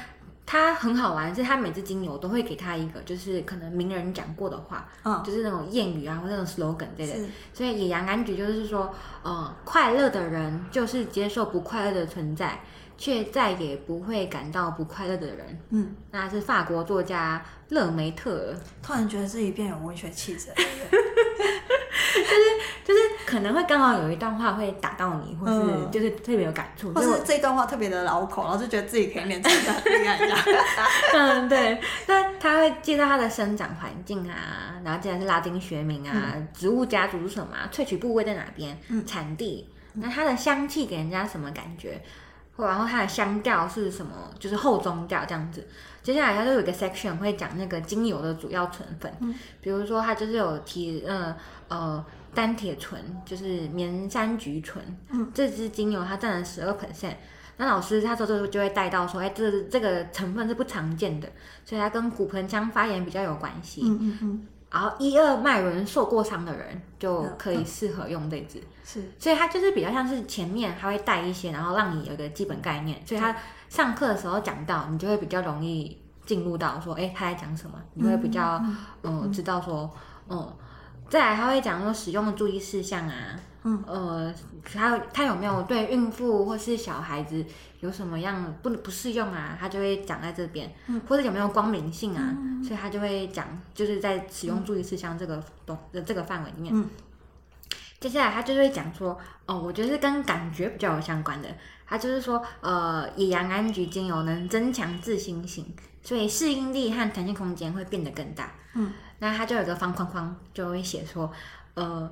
[SPEAKER 2] 它很好玩，是它每支精油都会给它一个，就是可能名人讲过的话，
[SPEAKER 1] 嗯，
[SPEAKER 2] 就是那种谚语啊，或者那种 slogan 之类的。
[SPEAKER 1] 是
[SPEAKER 2] 所以野洋柑橘就是说，呃，快乐的人就是接受不快乐的存在，却再也不会感到不快乐的人。
[SPEAKER 1] 嗯。
[SPEAKER 2] 那是法国作家勒梅特尔，
[SPEAKER 1] 突然觉得自己变有文学气质了，
[SPEAKER 2] 就是可能会刚好有一段话会打到你，或是
[SPEAKER 1] 嗯
[SPEAKER 2] 就是特别有感触，
[SPEAKER 1] 或
[SPEAKER 2] 就是我
[SPEAKER 1] 这一段话特别的老口，然后就觉得自己可以念成这样这样一样。
[SPEAKER 2] 嗯 对。那他会介绍他的生长环境啊，然后既然是拉丁学名啊，植物家族是什么啊、萃取部位在哪边，
[SPEAKER 1] 嗯
[SPEAKER 2] 产地，那它的香气给人家什么感觉？或然后它的香调是什么？就是后中调这样子。接下来它就有一个 section 会讲那个精油的主要成分，
[SPEAKER 1] 嗯
[SPEAKER 2] 比如说它就是有提呃呃单铁醇，就是棉山菊醇，
[SPEAKER 1] 嗯
[SPEAKER 2] 这支精油它占了十二 percent。那老师他说这就会带到说，哎，这这个成分是不常见的，所以它跟骨盆腔发炎比较有关系。
[SPEAKER 1] 嗯嗯嗯，
[SPEAKER 2] 然后一二脉轮受过伤的人就可以适合用这支。
[SPEAKER 1] 是
[SPEAKER 2] 所以它就是比较像是前面还会带一些，然后让你有一个基本概念。所以它上课的时候讲到，你就会比较容易进入到说，哎、他在讲什么？你会比较
[SPEAKER 1] 嗯
[SPEAKER 2] 嗯、知道说，嗯。再来，他会讲说使用的注意事项啊，
[SPEAKER 1] 嗯，
[SPEAKER 2] 呃，还有他有没有对孕妇或是小孩子有什么样不不适用啊，他就会讲在这边，
[SPEAKER 1] 嗯
[SPEAKER 2] 或者有没有光明性啊，
[SPEAKER 1] 嗯
[SPEAKER 2] 所以他就会讲就是在使用注意事项这个东、的这个范围里面。
[SPEAKER 1] 嗯
[SPEAKER 2] 接下来他就会讲说，哦，我觉得是跟感觉比较有相关的。他就是说，呃，野洋柑橘精油能增强自信心，所以适应力和弹性空间会变得更大。
[SPEAKER 1] 嗯，
[SPEAKER 2] 那他就有一个方框框，就会写说，呃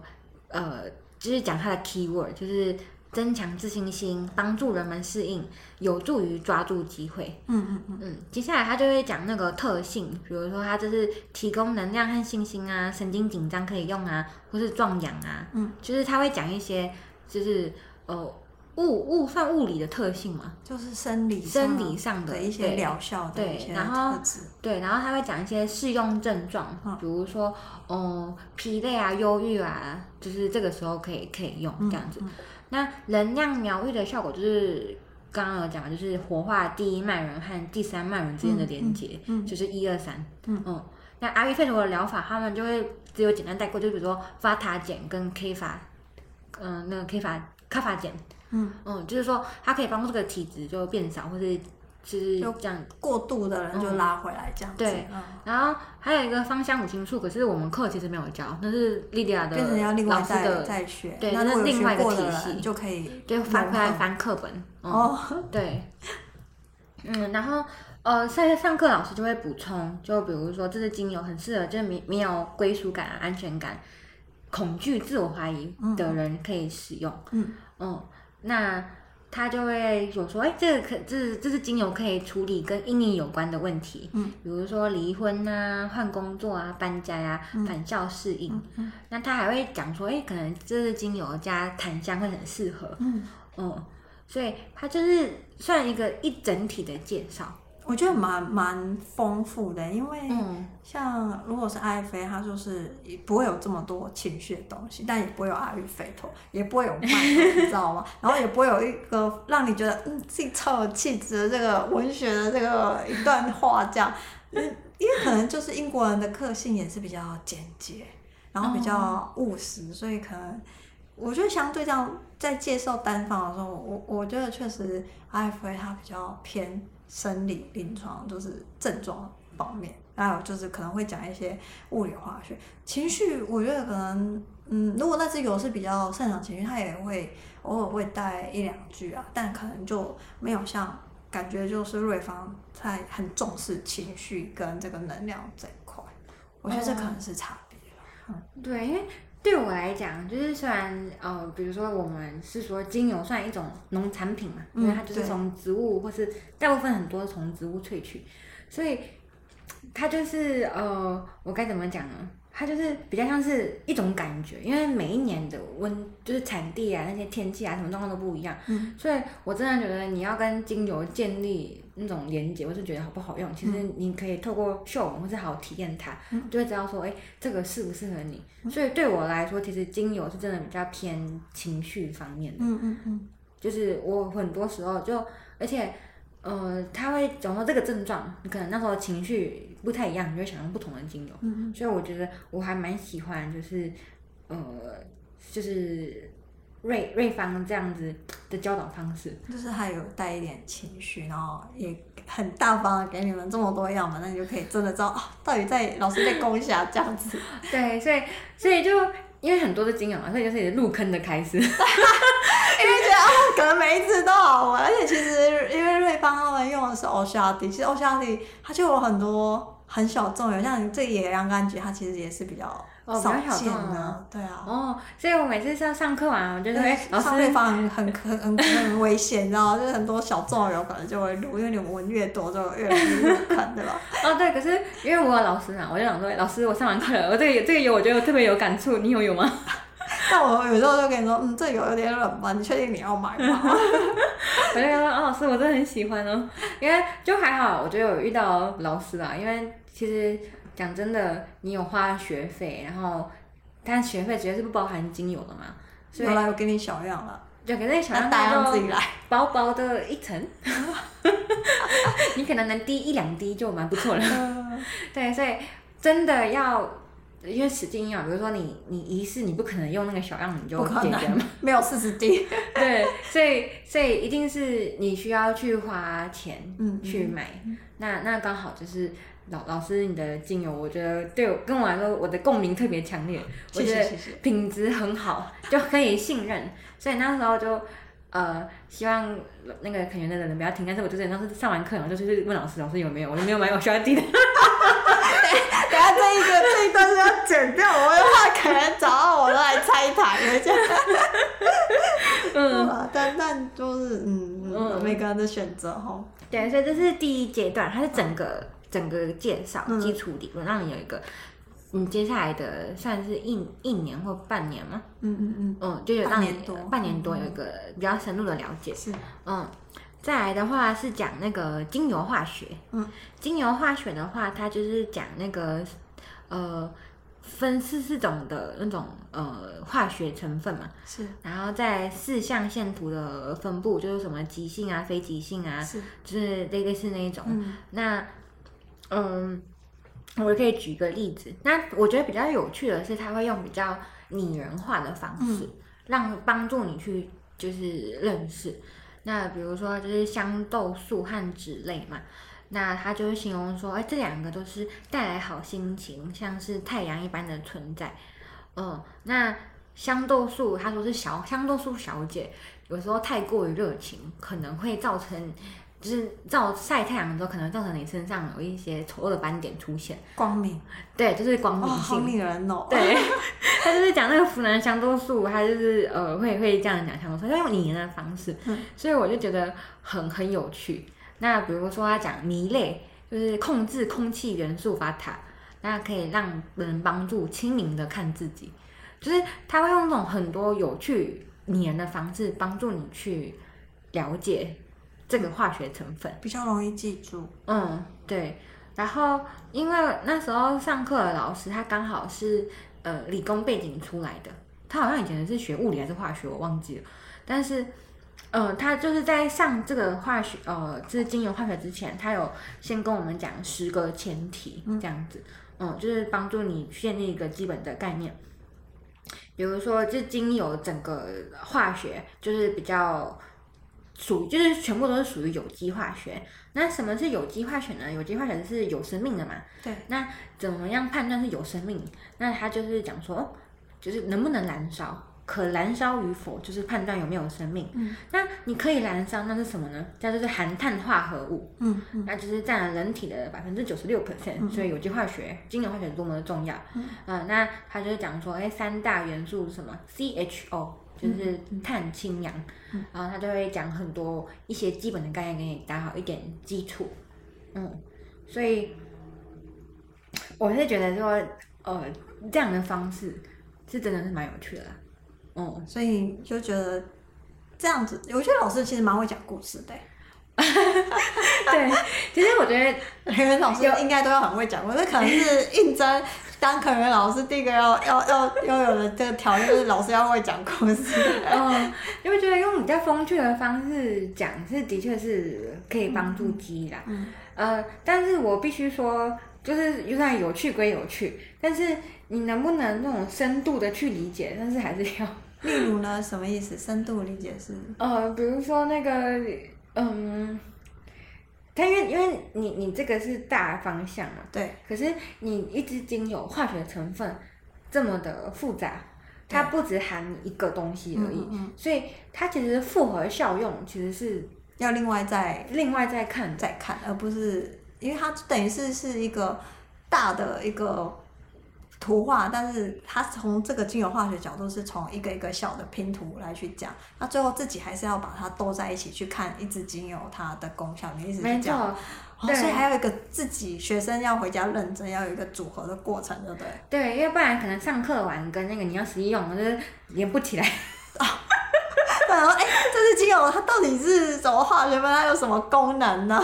[SPEAKER 2] 呃，就是讲它的 keyword，就是增强自信心，帮助人们适应，有助于抓住机会。
[SPEAKER 1] 嗯嗯嗯
[SPEAKER 2] 嗯，接下来他就会讲那个特性，比如说它就是提供能量和信心啊，神经紧张可以用啊，或是壮阳啊，
[SPEAKER 1] 嗯，
[SPEAKER 2] 就是他会讲一些就是呃物物算物理的特性嘛，
[SPEAKER 1] 就是生理上啊
[SPEAKER 2] 生理上的
[SPEAKER 1] 的一些
[SPEAKER 2] 对
[SPEAKER 1] 疗效的
[SPEAKER 2] 对
[SPEAKER 1] 一些
[SPEAKER 2] 然后
[SPEAKER 1] 特质，
[SPEAKER 2] 对，然后他会讲一些适用症状
[SPEAKER 1] 嗯，
[SPEAKER 2] 比如说，嗯，疲累啊、忧郁啊，就是这个时候可以可以用
[SPEAKER 1] 嗯
[SPEAKER 2] 这样子。
[SPEAKER 1] 嗯
[SPEAKER 2] 那能量疗愈的效果就是刚刚有讲的，就是活化第一脉轮和第三脉轮之间的连接，
[SPEAKER 1] 嗯嗯嗯
[SPEAKER 2] 就是一二三，
[SPEAKER 1] 嗯
[SPEAKER 2] 那阿育吠陀的疗法，他们就会只有简单带过，就比如说发塔碱跟 K 法，嗯、那个 K 法卡法碱，
[SPEAKER 1] 嗯
[SPEAKER 2] 嗯，就是说它可以帮助这个体质就变少，或是就是
[SPEAKER 1] 就
[SPEAKER 2] 这样
[SPEAKER 1] 过度的人就拉回来这样子，
[SPEAKER 2] 对
[SPEAKER 1] 嗯，
[SPEAKER 2] 然后还有一个芳香五行术，可是我们课其实没有教，那是莉莉亚的
[SPEAKER 1] 变成要另外
[SPEAKER 2] 老师
[SPEAKER 1] 再
[SPEAKER 2] 的，
[SPEAKER 1] 再学。
[SPEAKER 2] 对
[SPEAKER 1] 那
[SPEAKER 2] 那
[SPEAKER 1] 如
[SPEAKER 2] 是
[SPEAKER 1] 果有
[SPEAKER 2] 另外
[SPEAKER 1] 学
[SPEAKER 2] 一个
[SPEAKER 1] 过
[SPEAKER 2] 体
[SPEAKER 1] 的
[SPEAKER 2] 系
[SPEAKER 1] 人就可以
[SPEAKER 2] 就翻回来
[SPEAKER 1] 融合
[SPEAKER 2] 翻课本。嗯，
[SPEAKER 1] 哦，
[SPEAKER 2] 对，嗯，然后呃，上上课老师就会补充，就比如说这支精油很适合就是没没有归属感、啊、安全感、恐惧、自我怀疑的人可以使用。
[SPEAKER 1] 嗯
[SPEAKER 2] 嗯，那他就会有说，哎、这个可这这是精油可以处理跟阴影有关的问题，
[SPEAKER 1] 嗯，
[SPEAKER 2] 比如说离婚呐、换工作啊、搬家呀、返校适应。
[SPEAKER 1] 嗯
[SPEAKER 2] 那他还会讲说，哎、可能这支精油加檀香会很适合，
[SPEAKER 1] 嗯，
[SPEAKER 2] 嗯，所以它就是算一个一整体的介绍，
[SPEAKER 1] 我觉得蛮蛮丰富的，因为
[SPEAKER 2] 嗯，
[SPEAKER 1] 像如果是爱妃，它就是也不会有这么多情绪的东西，但也不会有阿育吠陀，也不会有慢，你知道吗？然后也不会有一个让你觉得嗯自己超有气质的这个文学的这个一段话这样，嗯因为可能就是英国人的个性也是比较简洁，然后比较务实，所以可能我觉得相对这样在介绍单方的时候，我我觉得确实 IFA 它比较偏生理临床，就是症状方面，还有就是可能会讲一些物理化学、情绪。我觉得可能，嗯，如果那只有是比较擅长情绪，它也会偶尔会带一两句啊，但可能就没有像感觉就是瑞芳在很重视情绪跟这个能量这一块，我觉得这可能是差别。
[SPEAKER 2] 对，因为。对我来讲，就是虽然呃，比如说我们是说精油算一种农产品嘛，因为
[SPEAKER 1] 嗯
[SPEAKER 2] 它就是
[SPEAKER 1] 对
[SPEAKER 2] 从植物或是大部分很多从植物萃取，所以它就是呃，我该怎么讲呢？它就是比较像是一种感觉，因为每一年的温就是产地啊、那些天气啊、什么状况都不一样，
[SPEAKER 1] 嗯
[SPEAKER 2] 所以我真的觉得你要跟精油建立那种连接，我是觉得好不好用，其实你可以透过嗅闻或是好体验它，
[SPEAKER 1] 嗯
[SPEAKER 2] 就会知道说，哎、这个适不适合你。所以对我来说，其实精油是真的比较偏情绪方面的。
[SPEAKER 1] 嗯嗯嗯，
[SPEAKER 2] 就是我很多时候就，而且，呃，他会讲说这个症状，你可能那时候情绪不太一样，你就会想用不同的精油。
[SPEAKER 1] 嗯
[SPEAKER 2] 所以我觉得我还蛮喜欢，就是，呃，就是瑞瑞芳这样子的教导方式。
[SPEAKER 1] 就是还有带一点情绪，然后也很大方的给你们这么多样本，那你就可以真的知道啊，到底在老师在攻下这样 子。
[SPEAKER 2] 对，所以所以就因为很多的精油嘛，所以就是入坑的开 始。
[SPEAKER 1] 因为觉得啊，可能每一次都好玩，而且其实因为瑞芳他们用的是 o s h a d i 其实 o s h a d i 它就有很多很小众的，像你这野洋甘菊，它其实也是比较
[SPEAKER 2] 哦比
[SPEAKER 1] 少
[SPEAKER 2] 较小
[SPEAKER 1] 见
[SPEAKER 2] 众
[SPEAKER 1] 的，
[SPEAKER 2] 啊
[SPEAKER 1] 对啊。
[SPEAKER 2] 哦，所以我每次上上课完，我就
[SPEAKER 1] 因
[SPEAKER 2] 是
[SPEAKER 1] 为
[SPEAKER 2] 哎，老师
[SPEAKER 1] 上瑞芳很很很很 很危险，你知道吗，就是很多小众的有可能就会录，因为你闻越多就越容易 入坑，对吧？
[SPEAKER 2] 哦，对，可是因为我有老师嘛，我就想说，老师，我上完课了，我这个这个有我觉得特别有感触，你有有吗？
[SPEAKER 1] 但我有时候就跟你说，嗯，这有有点冷吧，你确定你要买 吗？
[SPEAKER 2] 我就跟他说，哦，老师，我真的很喜欢哦，因为就还好，我觉得有遇到老师啦，因为其实讲真的，你有花学费，然后但学费绝对是不包含精油的嘛，所以
[SPEAKER 1] 有来，我给你小样了，
[SPEAKER 2] 就给那小
[SPEAKER 1] 那
[SPEAKER 2] 样
[SPEAKER 1] 大样
[SPEAKER 2] 大
[SPEAKER 1] 自
[SPEAKER 2] 就
[SPEAKER 1] 己来。
[SPEAKER 2] 薄薄的一层， 你可能能滴一两滴就蛮不错了。
[SPEAKER 1] 嗯
[SPEAKER 2] 对，所以真的要，因为使劲要，比如说你你一试，你不可能用那个小样你就
[SPEAKER 1] 不可
[SPEAKER 2] 解决嘛
[SPEAKER 1] 能。， 没有四十滴。
[SPEAKER 2] 对，所以所以一定是你需要去花钱
[SPEAKER 1] 嗯，
[SPEAKER 2] 去买。那那刚好就是老老师你的精油，我觉得对我跟我来说，我的共鸣特别强烈，我
[SPEAKER 1] 谢
[SPEAKER 2] 觉
[SPEAKER 1] 谢
[SPEAKER 2] 得
[SPEAKER 1] 谢 谢。
[SPEAKER 2] 品质很好， 就可以信任。所以那时候就呃，希望那个肯园的人不要听，但是我就是当时上完课，我就去问老师，老师有没有，我就没有买我需要 滴的。
[SPEAKER 1] 等一下这一个这一段是要剪掉，我的话可能找到我都来拆台了，这样。
[SPEAKER 2] 嗯，
[SPEAKER 1] 嗯，但但就是嗯
[SPEAKER 2] 嗯
[SPEAKER 1] 嗯，每个人的选择哈。
[SPEAKER 2] 对，所以这是第一阶段，它是整个整个介绍
[SPEAKER 1] 嗯
[SPEAKER 2] 基础理论，让你有一个你接下来的算是一一年或半年嘛，
[SPEAKER 1] 嗯嗯嗯，
[SPEAKER 2] 嗯，就有让
[SPEAKER 1] 半
[SPEAKER 2] 你
[SPEAKER 1] 年多嗯
[SPEAKER 2] 半年多有一个比较深入的了解。
[SPEAKER 1] 是
[SPEAKER 2] 嗯，再来的话是讲那个精油化学。
[SPEAKER 1] 嗯，
[SPEAKER 2] 精油化学的话，它就是讲那个呃分四四种的那种呃化学成分嘛，
[SPEAKER 1] 是
[SPEAKER 2] 然后在四象限图的分布，就是什么极性啊、非极性啊，
[SPEAKER 1] 是，
[SPEAKER 2] 就是类类似那一种。
[SPEAKER 1] 嗯
[SPEAKER 2] 那嗯，我可以举一个例子。那我觉得比较有趣的是，他会用比较拟人化的方式，让帮助你去就是认识。那比如说就是香豆素和脂类嘛，那它就会形容说，哎、这两个都是带来好心情，像是太阳一般的存在。嗯，那香豆素，他说是小香豆素小姐，有时候太过于热情，可能会造成。就是照晒太阳的时候，可能造成你身上有一些丑恶的斑点出现，
[SPEAKER 1] 嗯光明
[SPEAKER 2] 对，就是光
[SPEAKER 1] 哦，
[SPEAKER 2] 明
[SPEAKER 1] 好
[SPEAKER 2] 性。
[SPEAKER 1] 女人哦，
[SPEAKER 2] 对，他就是讲那个湖南香多素，他就是呃会会这样讲香多素，他用拟人的方式，
[SPEAKER 1] 嗯
[SPEAKER 2] 所以我就觉得很很有趣。那比如说他讲泥类，就是控制空气元素法塔，那可以让人帮助清明的看自己，就是他会用那种很多有趣拟人的方式帮助你去了解这个化学成分。
[SPEAKER 1] 比较容易记住。
[SPEAKER 2] 嗯，对。然后因为那时候上课的老师他刚好是呃理工背景出来的，他好像以前是学物理还是化学，我忘记了。但是，呃，他就是在上这个化学呃就是精油化学之前，他有先跟我们讲十个前提这样子，嗯，就是帮助你建立一个基本的概念。比如说，就精油整个化学就是比较属，就是全部都是属于有机化学，那什么是有机化学呢？有机化学是有生命的嘛？
[SPEAKER 1] 对。
[SPEAKER 2] 那怎么样判断是有生命？那它就是讲说，哦就是能不能燃烧，可燃烧与否，就是判断有没有生命。
[SPEAKER 1] 嗯。
[SPEAKER 2] 那你可以燃烧，那是什么呢？那就是含碳化合物。
[SPEAKER 1] 嗯嗯
[SPEAKER 2] 那就是占了人体的百分之九十六 percent，所以有机化学、精油化学多么的重要。嗯、那他就是讲说，哎，三大元素是什么？CHO，就是碳、氢、氧。
[SPEAKER 1] 嗯
[SPEAKER 2] 然后他就会讲很多一些基本的概念，给你打好一点基础。嗯，所以我是觉得说，呃，这样的方式是真的是蛮有趣的啦。嗯，
[SPEAKER 1] 所以你就觉得这样子，我觉得老师其实蛮会讲故事的、
[SPEAKER 2] 对，其实我觉得
[SPEAKER 1] 人员老师应该都要很会讲，我这可能是应征当科员老师第一个要 要要要有的这个条件，就是老师要会讲故 事。
[SPEAKER 2] 嗯，因为觉得用比较风趣的方式讲，是的确是可以帮助鸡啦。
[SPEAKER 1] 嗯
[SPEAKER 2] 呃，但是我必须说，就是就算有趣归有趣，但是你能不能那种深度的去理解，但是还是要
[SPEAKER 1] 例如呢，什么意思？深度理解是
[SPEAKER 2] 呃，比如说那个嗯，但因为因为你你这个是大方向嘛，
[SPEAKER 1] 对，
[SPEAKER 2] 可是你一支精油化学成分这么的复杂，它不只含一个东西而已，
[SPEAKER 1] 嗯嗯嗯
[SPEAKER 2] 所以它其实复合效用其实是
[SPEAKER 1] 要另外再
[SPEAKER 2] 另外在看的。
[SPEAKER 1] 再看，而不是因为它等于是是一个大的一个图画，但是它从这个精油化学角度是从一个一个小的拼图来去讲，那最后自己还是要把它兜在一起去看一支精油它的功效。你的意思
[SPEAKER 2] 没
[SPEAKER 1] 是这样吗？哦，
[SPEAKER 2] 错，对
[SPEAKER 1] 所以还有一个自己学生要回家认真，要有一个组合的过程，对不对？
[SPEAKER 2] 对，因为不然可能上课完跟那个你要实际用，就是连不起来。
[SPEAKER 1] 然后，哎，这支精油它到底是什么化学分？它有什么功能呢？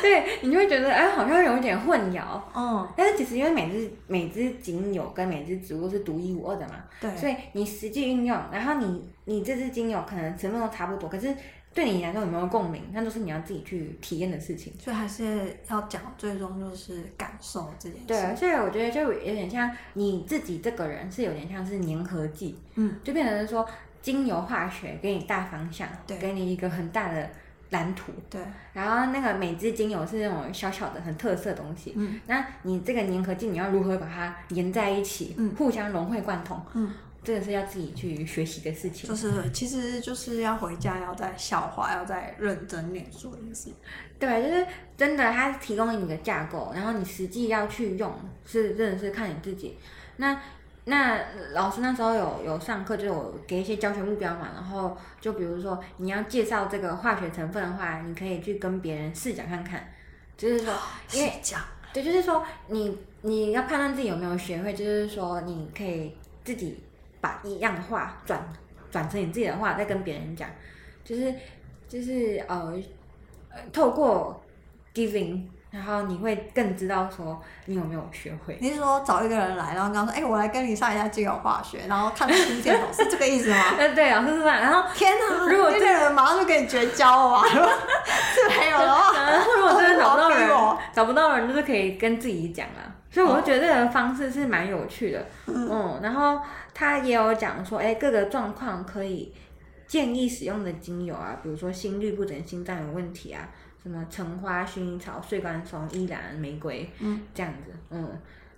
[SPEAKER 2] 对，你就会觉得哎，好像有一点混淆。
[SPEAKER 1] 嗯，
[SPEAKER 2] 但是其实因为每只每只精油跟每只植物是独一无二的嘛，所
[SPEAKER 1] 对，
[SPEAKER 2] 以你实际运用，然后你你这支精油可能成分都差不多，可是对你来说有没有共鸣，那都是你要自己去体验的事情。
[SPEAKER 1] 所以还是要讲，最终就是感受这件事。
[SPEAKER 2] 对，啊所以我觉得就有点像你自己这个人是有点像是粘合剂，
[SPEAKER 1] 嗯，
[SPEAKER 2] 就变成是说精油化学给你大方向，
[SPEAKER 1] 对
[SPEAKER 2] 给你一个很大的蓝图，
[SPEAKER 1] 对，
[SPEAKER 2] 然后那个每支精油是那种小小的很特色的东西，
[SPEAKER 1] 嗯
[SPEAKER 2] 那你这个粘合剂你要如何把它粘在一起，
[SPEAKER 1] 嗯
[SPEAKER 2] 互相融会贯通，
[SPEAKER 1] 嗯，
[SPEAKER 2] 这个是要自己去学习的事情
[SPEAKER 1] 就。是其实就是要回家，要再消化，要再认真念书的意思。
[SPEAKER 2] 对，就是真的，它提供你一个架构，然后你实际要去用，是真的是看你自己。那那老师那时候有有上课，就有给一些教学目标嘛，然后就比如说你要介绍这个化学成分的话，你可以去跟别人试讲看看，就是说，因为
[SPEAKER 1] 是这样，
[SPEAKER 2] 对，就是说你你要判断自己有没有学会，就是说你可以自己把一样的话转转成你自己的话，再跟别人讲，就是就是呃呃，透过 giving，然后你会更知道说你有没有学会。
[SPEAKER 1] 你是说找一个人来，然后跟他说，哎、我来跟你上一下精油化学，然后看他听不听 懂，是这个意思吗？
[SPEAKER 2] 呃，对，老师是这样，然后
[SPEAKER 1] 天哪！
[SPEAKER 2] 如果
[SPEAKER 1] 这
[SPEAKER 2] 这
[SPEAKER 1] 个人马上就跟你绝交了 吧？如果是没有的话，
[SPEAKER 2] 然后如果真的找不
[SPEAKER 1] 好
[SPEAKER 2] 到
[SPEAKER 1] 好
[SPEAKER 2] 人
[SPEAKER 1] 逼，
[SPEAKER 2] 哦找不到人就是可以跟自己讲啦。所以我就觉得这个方式是蛮哦有趣的，嗯，然后他也有讲说，哎，各个状况可以建议使用的精油啊，比如说心律不整、心脏有问题啊，什么橙花、薰衣草、碎干松、依兰、玫瑰，
[SPEAKER 1] 嗯，
[SPEAKER 2] 这样子，嗯，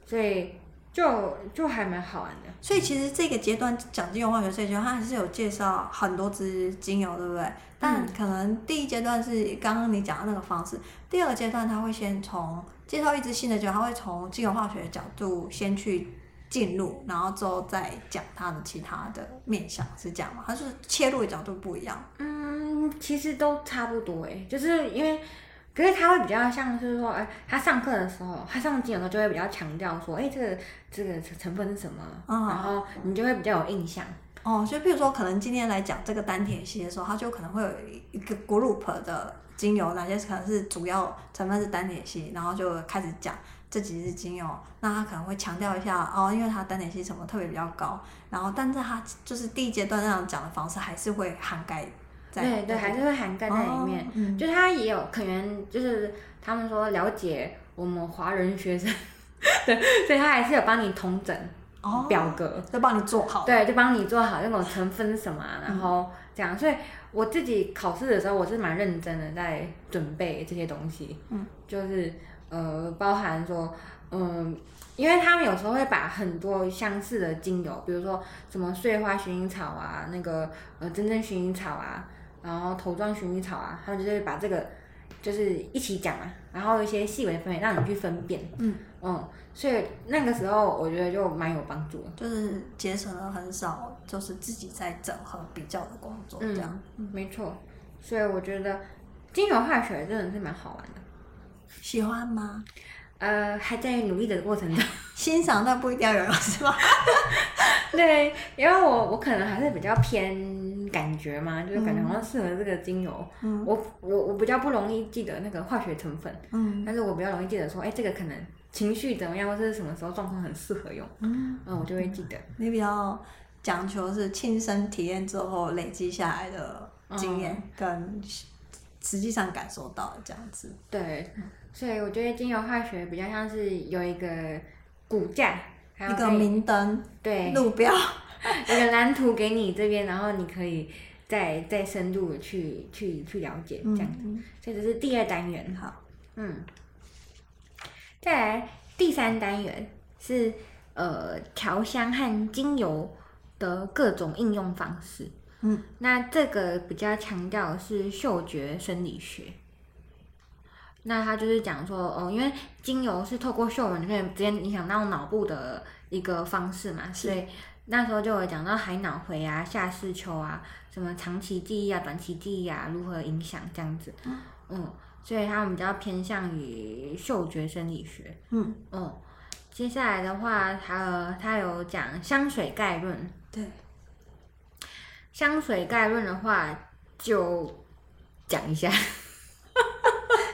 [SPEAKER 2] 所以就就还蛮好玩的。
[SPEAKER 1] 所以其实这个阶段讲精油化学萃取，它还是有介绍很多支精油，对不对？
[SPEAKER 2] 嗯
[SPEAKER 1] 但可能第一阶段是刚刚你讲的那个方式，第二个阶段它会先从介绍一支新的精油，它会从精油化学的角度先去进入，然后之后再讲它的其他的面向，是这样吗？它是切入的角度不一样。
[SPEAKER 2] 嗯，其实都差不多诶，就是因为，可是他会比较像是说，哎、他上课的时候，他上精油的时候就会比较强调说，哎、这个这个成分是什么，
[SPEAKER 1] 嗯
[SPEAKER 2] 然后你就会比较有印象。
[SPEAKER 1] 哦，就比如说，可能今天来讲这个丹田系的时候，它就可能会有一个 group 的精油，哪些可能是主要成分是丹田系，然后就开始讲这几支精油。那它可能会强调一下哦，因为它丹田系什么特别比较高，然后但是它就是第一阶段那样讲的方式，还是会涵盖在
[SPEAKER 2] 对对，还是会涵盖在里面。
[SPEAKER 1] 哦嗯
[SPEAKER 2] 就他也有可能，就是他们说了解我们华人学生， 对，所以他还是有帮你统整
[SPEAKER 1] 哦
[SPEAKER 2] 表格。
[SPEAKER 1] 就帮你做好。嗯
[SPEAKER 2] 对，就帮你做好那种成分是什么啊、然后这样。所以我自己考试的时候，我是蛮认真的在准备这些东西。
[SPEAKER 1] 嗯，
[SPEAKER 2] 就是呃，包含说，嗯，因为他们有时候会把很多相似的精油，比如说什么碎花薰衣草啊，那个呃真正薰衣草啊，然后头状薰衣草啊，他们就会把这个就是一起讲啊，然后一些细微分类让你去分辨。
[SPEAKER 1] 嗯
[SPEAKER 2] 嗯，所以那个时候我觉得就蛮有帮助的。
[SPEAKER 1] 就是节省了很少，就是自己在整合比较的工作，这样。
[SPEAKER 2] 嗯，没错。所以我觉得精油化学真的是蛮好玩的。
[SPEAKER 1] 喜欢吗？
[SPEAKER 2] 呃，还在努力的过程中，
[SPEAKER 1] 欣赏但不一定要有人 是吧？
[SPEAKER 2] 对，因为我我可能还是比较偏感觉嘛，就是感觉好像适合这个精油。
[SPEAKER 1] 嗯
[SPEAKER 2] 我我我比较不容易记得那个化学成分，
[SPEAKER 1] 嗯
[SPEAKER 2] 但是我比较容易记得说，哎、这个可能情绪怎么样，或者是什么时候状况很适合用，
[SPEAKER 1] 嗯。
[SPEAKER 2] 嗯，我就会记得。
[SPEAKER 1] 你比较讲求是亲身体验之后累积下来的经验，
[SPEAKER 2] 嗯
[SPEAKER 1] 跟实际上感受到的这样子。
[SPEAKER 2] 对，
[SPEAKER 1] 嗯
[SPEAKER 2] 所以我觉得精油化学比较像是有一个骨架，还有
[SPEAKER 1] 一个
[SPEAKER 2] 可以
[SPEAKER 1] 明灯、
[SPEAKER 2] 对
[SPEAKER 1] 路标，
[SPEAKER 2] 有个蓝图给你这边，然后你可以再再深入地去去去了解这样子。
[SPEAKER 1] 嗯，
[SPEAKER 2] 所以这是第二单元
[SPEAKER 1] 嗯，好，
[SPEAKER 2] 嗯。再来第三单元是呃调香和精油的各种应用方式。
[SPEAKER 1] 嗯，
[SPEAKER 2] 那这个比较强调的是嗅觉生理学。那它就是讲说，哦，因为精油是透过嗅闻可以直接影响到脑部的一个方式嘛，所以那时候就有讲到海脑回啊、下视丘啊、什么长期记忆啊、短期记忆啊如何影响这样子，嗯，所以他们比较偏向于嗅觉生理学，
[SPEAKER 1] 嗯，
[SPEAKER 2] 嗯，接下来的话，还有它有讲香水概论，
[SPEAKER 1] 对，
[SPEAKER 2] 香水概论的话，就讲一下。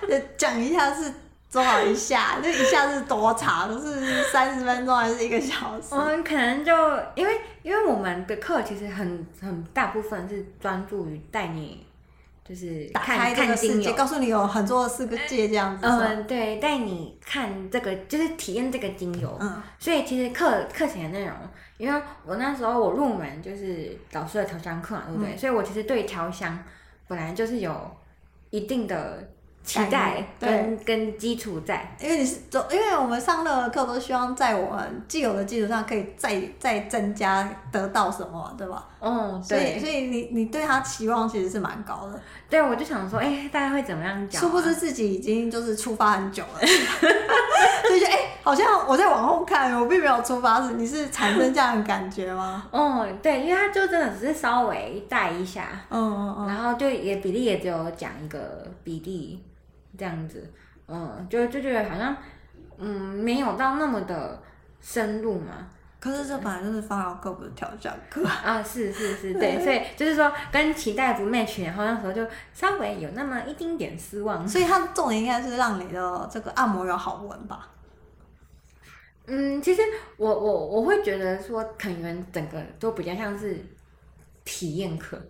[SPEAKER 1] 就讲一下是多少一下，就一下是多长，是三十分钟还是一个小时
[SPEAKER 2] 我？们可能就因为因为我们的课其实很很大部分是专注于带你，就是
[SPEAKER 1] 打
[SPEAKER 2] 看
[SPEAKER 1] 开这
[SPEAKER 2] 看
[SPEAKER 1] 个世
[SPEAKER 2] 精
[SPEAKER 1] 界，
[SPEAKER 2] 油。
[SPEAKER 1] 告诉你有很多的世界这样子。是吧
[SPEAKER 2] 嗯，对，带你看这个就是体验这个精油，
[SPEAKER 1] 嗯
[SPEAKER 2] 所以其实课课前的内容，因为我那时候我入门就是老师的调香课嘛，对不对？所以我其实对调香本来就是有一定的期
[SPEAKER 1] 概
[SPEAKER 2] 待
[SPEAKER 1] 念对
[SPEAKER 2] 跟跟基础在，
[SPEAKER 1] 因为你是走，因为我们上任何课都希望在我们既有的基础上，可以再再增加得到什么，对吧？
[SPEAKER 2] 哦，
[SPEAKER 1] 所以，
[SPEAKER 2] 对，
[SPEAKER 1] 所以你你对他期望其实是蛮高的，
[SPEAKER 2] 对，我就想说，哎、大家会怎么样讲、啊？
[SPEAKER 1] 殊不知自己已经就是出发很久 了，所以就哎、好像我在往后看，我并没有出发是，你是产生这样的感觉吗？
[SPEAKER 2] 哦，对，因为他就真的只是稍微带一下，
[SPEAKER 1] 嗯嗯
[SPEAKER 2] 然后就也比例也只有讲一个比例这样子，嗯，就就觉得好像嗯没有到那么的深入嘛，
[SPEAKER 1] 嗯。可是这本来就是发疗课，不是调教课。
[SPEAKER 2] 啊，是是是，对，所以就是说跟期待不 match，然后那时候就稍微有那么一丁点失望，
[SPEAKER 1] 所以它的重点应该是让你的这个按摩有好闻吧？
[SPEAKER 2] 嗯，其实我我我会觉得说，肯园整个都比较像是体验课，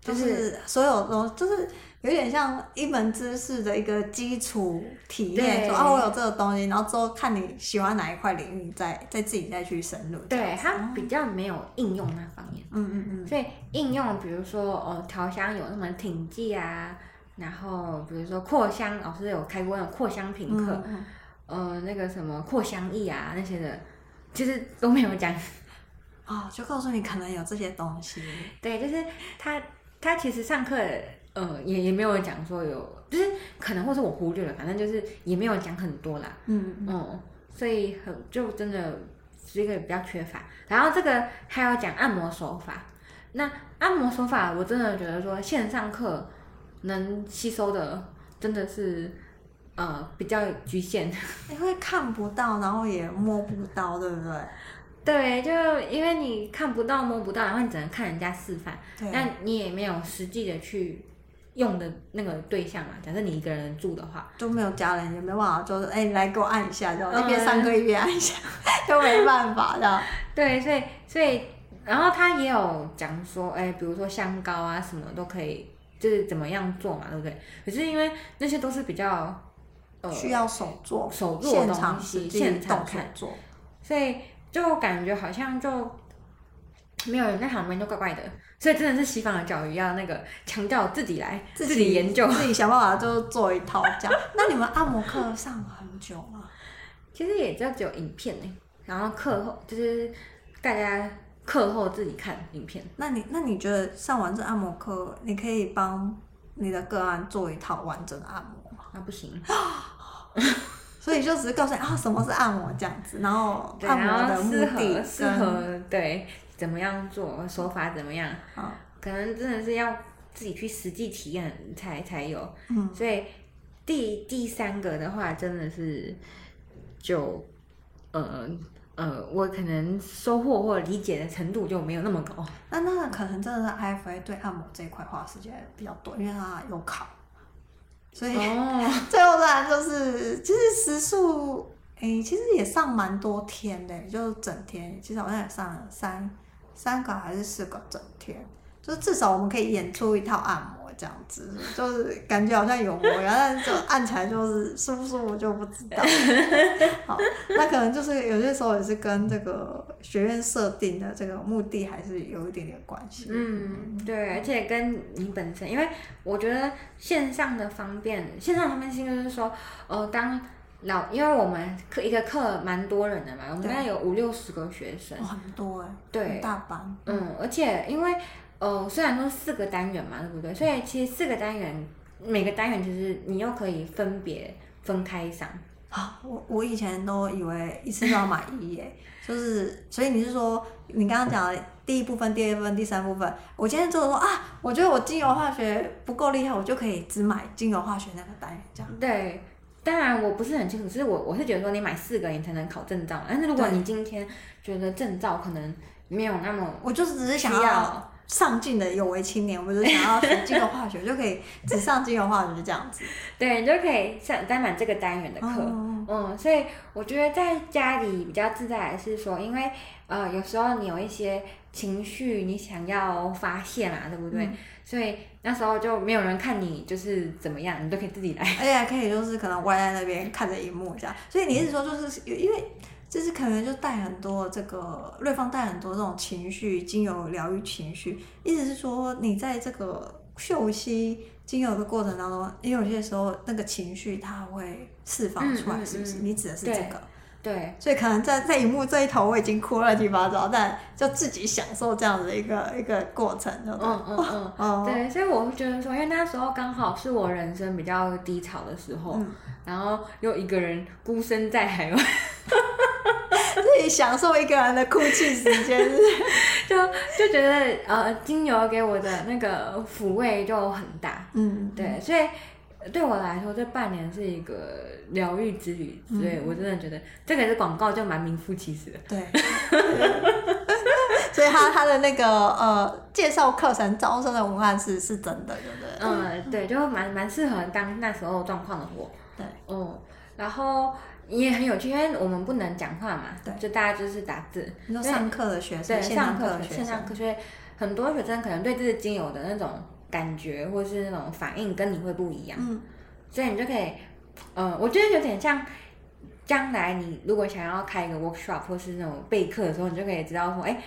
[SPEAKER 1] 就
[SPEAKER 2] 就是
[SPEAKER 1] 是所有都就是有点像一门知识的一个基础体验，
[SPEAKER 2] 对
[SPEAKER 1] 说啊我有这个东西，然后之后看你喜欢哪一块领域，再再自己再去深入。
[SPEAKER 2] 对，它比较没有应用那方面，
[SPEAKER 1] 嗯嗯嗯，
[SPEAKER 2] 所以应用比如说哦调香有那么挺剂啊，然后比如说扩香，老师有开过那种扩香品课，
[SPEAKER 1] 嗯嗯
[SPEAKER 2] 呃那个什么扩香液啊那些的，其实都没有讲。
[SPEAKER 1] 哦，就告诉你可能有这些东西。
[SPEAKER 2] 对，就是他他其实上课呃也也没有讲说有，就是可能或是我忽略了，反正就是也没有讲很多啦。
[SPEAKER 1] 嗯嗯
[SPEAKER 2] 嗯，所以很就真的是一个比较缺乏。然后这个还有讲按摩手法，那按摩手法我真的觉得说线上课能吸收的真的是呃比较局限。
[SPEAKER 1] 因为看不到，然后也摸不到，对不对？
[SPEAKER 2] 对，就因为你看不到摸不到，然后你只能看人家示范，
[SPEAKER 1] 对，啊
[SPEAKER 2] 那你也没有实际的去。用的那个对象嘛，假设你一个人住的话，
[SPEAKER 1] 都没有家人，也没办法，就是哎、你来给我按一下，这样
[SPEAKER 2] 嗯
[SPEAKER 1] 一边上课一边按一下， 就没办法这样。
[SPEAKER 2] 对，所以所以，然后他也有讲说，哎、比如说香膏啊什么都可以，就是怎么样做嘛，对不对？可是因为那些都是比较呃
[SPEAKER 1] 需要手做，
[SPEAKER 2] 手做
[SPEAKER 1] 现
[SPEAKER 2] 的
[SPEAKER 1] 场
[SPEAKER 2] 东
[SPEAKER 1] 实
[SPEAKER 2] 西，
[SPEAKER 1] 际
[SPEAKER 2] 现场
[SPEAKER 1] 动手
[SPEAKER 2] 看，
[SPEAKER 1] 做。
[SPEAKER 2] 所以就感觉好像就没有人在旁边，就怪怪的。所以真的是西方的教育要那个强调自己来，
[SPEAKER 1] 自己
[SPEAKER 2] 己研究。
[SPEAKER 1] 自己想办法就做一套这样。 那你们按摩课上很久吗？
[SPEAKER 2] 其实也就只有影片呢、然后课后就是大家课后自己看影片。
[SPEAKER 1] 那你那你觉得上完这按摩课，你可以帮你的个案做一套完整的按摩吗？
[SPEAKER 2] 那、不行，
[SPEAKER 1] 哦所以就只是告诉你啊，什么是按摩这样子，然后
[SPEAKER 2] 对，
[SPEAKER 1] 按摩
[SPEAKER 2] 然
[SPEAKER 1] 的
[SPEAKER 2] 后
[SPEAKER 1] 目
[SPEAKER 2] 适
[SPEAKER 1] 的
[SPEAKER 2] 合适
[SPEAKER 1] 跟，
[SPEAKER 2] 合对怎么样做手法怎么样，
[SPEAKER 1] 嗯
[SPEAKER 2] 可能真的是要自己去实际体验才才有。
[SPEAKER 1] 嗯，
[SPEAKER 2] 所以第第三个的话，真的是就呃呃，我可能收获或理解的程度就没有那么高。
[SPEAKER 1] 那那可能真的是 IFA 对按摩这一块花的时间比较多，因为它有考，所以、
[SPEAKER 2] 哦，
[SPEAKER 1] 最后当然就是，其实时速，诶、其实也上蛮多天的，就整天，其实好像也上了三三个还是四个整天，就是至少我们可以演出一套按摩这样子，就是感觉好像有模一样，但是就按起来就是舒不舒服就不 知道。好，那可能就是有些时候也是跟这个学院设定的这个目的还是有一点点关系。
[SPEAKER 2] 嗯，对，而且跟你本身，因为我觉得线上的方便，线上的方便性就是说，呃，当老，因为我们课一个课蛮多人的嘛，我们
[SPEAKER 1] 对
[SPEAKER 2] 大概有五六十个学生
[SPEAKER 1] 哇，，很多哎、很
[SPEAKER 2] 对，
[SPEAKER 1] 大班，
[SPEAKER 2] 嗯，而且因为呃，虽然说四个单元嘛，对不对？所以其实四个单元，每个单元其实你又可以分别分开上，
[SPEAKER 1] 啊，我我以前都以为一次就要买一耶， 就是所以你是说你刚刚讲的第一部分、第二部分、第三部分，我今天就说啊，我觉得我精油化学不够厉害，我就可以只买精油化学那个单元这样。
[SPEAKER 2] 对，当然我不是很清楚，只是我我是觉得说你买四个你才能考证照嘛，但是如果
[SPEAKER 1] 对
[SPEAKER 2] 你今天觉得证照可能没有那么
[SPEAKER 1] 我就是只是
[SPEAKER 2] 需
[SPEAKER 1] 想
[SPEAKER 2] 要
[SPEAKER 1] 要。上进的有为青年，我就是想要学精油化学，就可以只上精油化学这样子。
[SPEAKER 2] 对，你就可以上单满这个单元的课。
[SPEAKER 1] 哦
[SPEAKER 2] 嗯，所以我觉得在家里比较自在的是说，因为呃，有时候你有一些情绪，你想要发泄嘛，对不对？
[SPEAKER 1] 嗯
[SPEAKER 2] 所以那时候就没有人看你就是怎么样，你都可以自己 来。
[SPEAKER 1] 而且还可以就是可能歪在那边看着荧幕这样。所以你
[SPEAKER 2] 嗯
[SPEAKER 1] 是说就是因为就是可能就带很多这个瑞芳带很多这种情绪，精油疗愈情绪，意思是说你在这个嗅吸精油的过程当中，也有些时候那个情绪它会释放出来，
[SPEAKER 2] 嗯嗯
[SPEAKER 1] 是不是？
[SPEAKER 2] 嗯
[SPEAKER 1] 你指的是这
[SPEAKER 2] 对
[SPEAKER 1] 个？
[SPEAKER 2] 对
[SPEAKER 1] 所以可能在在荧幕这一头我已经哭乱七八糟，但就自己享受这样的一个一个过程，就对
[SPEAKER 2] 嗯嗯嗯。
[SPEAKER 1] 哦，
[SPEAKER 2] 对，所以我会觉得说，因为那时候刚好是我人生比较低潮的时候，
[SPEAKER 1] 嗯
[SPEAKER 2] 然后又一个人孤身在海外，
[SPEAKER 1] 自己享受一个人的哭泣时间，是不 是
[SPEAKER 2] 就就觉得呃，精油给我的那个抚慰就很大。
[SPEAKER 1] 嗯，
[SPEAKER 2] 对，所以呃对我来说，这半年是一个疗愈之旅，所以
[SPEAKER 1] 嗯
[SPEAKER 2] 我真的觉得这个是广告就蛮名副其实的。
[SPEAKER 1] 对， 所以他他的那个呃介绍课程招生的文案是是真的，对不对？
[SPEAKER 2] 嗯，对，就蛮蛮适合当那时候状况的我。
[SPEAKER 1] 对，
[SPEAKER 2] 嗯，然后。也很有趣，因为我们不能讲话嘛，
[SPEAKER 1] 对
[SPEAKER 2] 就大家就是打字，
[SPEAKER 1] 你说上课的学生，
[SPEAKER 2] 对，
[SPEAKER 1] 线
[SPEAKER 2] 上
[SPEAKER 1] 上课
[SPEAKER 2] 课
[SPEAKER 1] 的学
[SPEAKER 2] 线上
[SPEAKER 1] 生，
[SPEAKER 2] 课，所以很多学生可能对这支精油的那种感觉或是那种反应跟你会不一样，
[SPEAKER 1] 嗯，
[SPEAKER 2] 所以你就可以，呃，我觉得有点像。将来你如果想要开一个 workshop 或是那种备课的时候，你就可以知道说，哎、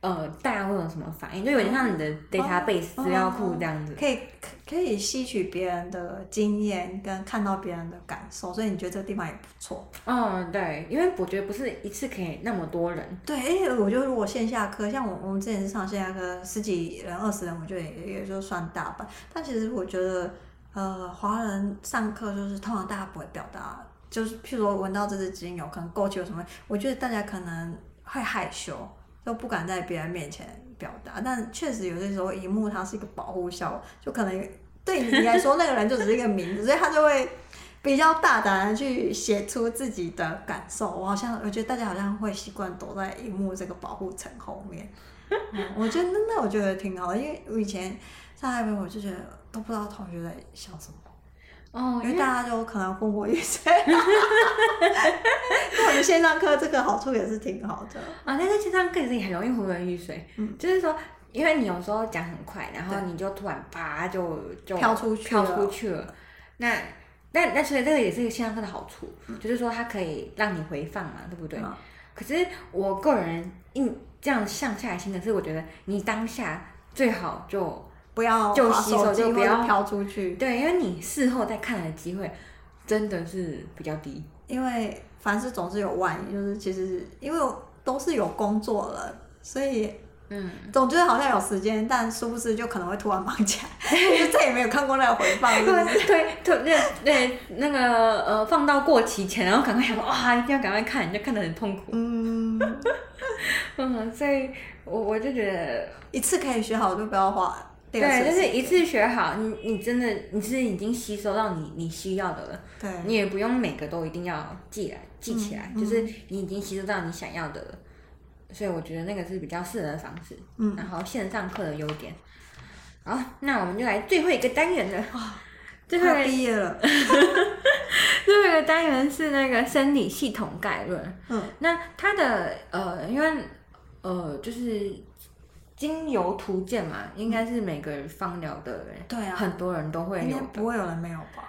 [SPEAKER 2] 呃，大家会有什么反应，就有点像你的 database
[SPEAKER 1] 哦
[SPEAKER 2] 资料库这样子。
[SPEAKER 1] 可以可以吸取别人的经验跟看到别人的感受，所以你觉得这个地方也不错。
[SPEAKER 2] 嗯，对，因为我觉得不是一次可以那么多人，
[SPEAKER 1] 对，哎、我觉得如果线下课，像我我们之前是上线下课十几人、二十人，我觉得也也就算大班。但其实我觉得，呃，华人上课就是通常大家不会表达，就是譬如说闻到这支精油，可能勾起有什么，我觉得大家可能会害羞，都不敢在别人面前表达。但确实有些时候，荧幕它是一个保护效果，就可能对你来说，那个人就只是一个名字，所以他就会。比较大胆的去写出自己的感受。我好像我觉得大家好像会习惯躲在荧幕这个保护层后面。 嗯我觉得那那我觉得挺好的，因为我以前上海边我就觉得都不知道同学在想什么，
[SPEAKER 2] 哦
[SPEAKER 1] 因为大家就可能昏昏欲 睡。那我觉得线上课这个好处也是挺好的。
[SPEAKER 2] 啊，但是线上课也是很容易昏昏欲睡，
[SPEAKER 1] 嗯
[SPEAKER 2] 就是说，因为你有时候讲很快，然后
[SPEAKER 1] 对
[SPEAKER 2] 你就突然啪就就
[SPEAKER 1] 飘出去
[SPEAKER 2] 啊飘
[SPEAKER 1] 了
[SPEAKER 2] 出去了。那但但所以这个也是线上课的好处，就是说它可以让你回放嘛，对不对？
[SPEAKER 1] 嗯
[SPEAKER 2] 可是我个人印这样上下心的是，我觉得你当下最好就
[SPEAKER 1] 不要
[SPEAKER 2] 就
[SPEAKER 1] 滑
[SPEAKER 2] 洗手
[SPEAKER 1] 手机
[SPEAKER 2] 就
[SPEAKER 1] 或
[SPEAKER 2] 不
[SPEAKER 1] 者
[SPEAKER 2] 要
[SPEAKER 1] 飘出去，
[SPEAKER 2] 对，因为你事后再看的机会真的是比较低。
[SPEAKER 1] 因为凡事总是有万一，就是其实因为都是有工作了，所以
[SPEAKER 2] 嗯，
[SPEAKER 1] 总觉得好像有时间，但殊不知就可能会突然忙起来， 因为再也没有看过那个回放，是不是？
[SPEAKER 2] 对对对，对那个呃，放到过期前，然后赶快想说哇，一定要赶快看，你就看得很痛苦。
[SPEAKER 1] 嗯，
[SPEAKER 2] 嗯，所以我我就觉得，
[SPEAKER 1] 一次可以学好，就不要花第二
[SPEAKER 2] 对，
[SPEAKER 1] 次
[SPEAKER 2] 就
[SPEAKER 1] 时
[SPEAKER 2] 是
[SPEAKER 1] 间。
[SPEAKER 2] 一次学好，你你真的你是已经吸收到你你需要的了，
[SPEAKER 1] 对，
[SPEAKER 2] 你也不用每个都一定要记来记起来，
[SPEAKER 1] 嗯
[SPEAKER 2] 就是你已经吸收到你想要的了。所以我觉得那个是比较适合的方式，
[SPEAKER 1] 嗯
[SPEAKER 2] 然后线上课的优点。好，那我们就来最后一个单元了。最后一
[SPEAKER 1] 快
[SPEAKER 2] 个
[SPEAKER 1] 毕业了，
[SPEAKER 2] 最后一个单元是那个生理系统概论。
[SPEAKER 1] 嗯，
[SPEAKER 2] 那它的呃，因为呃，就是精油图鉴嘛，应该
[SPEAKER 1] 嗯
[SPEAKER 2] 是每个芳疗的人，
[SPEAKER 1] 对啊，
[SPEAKER 2] 很哦多人都会
[SPEAKER 1] 应该
[SPEAKER 2] 有。
[SPEAKER 1] 不会有人没有 吧？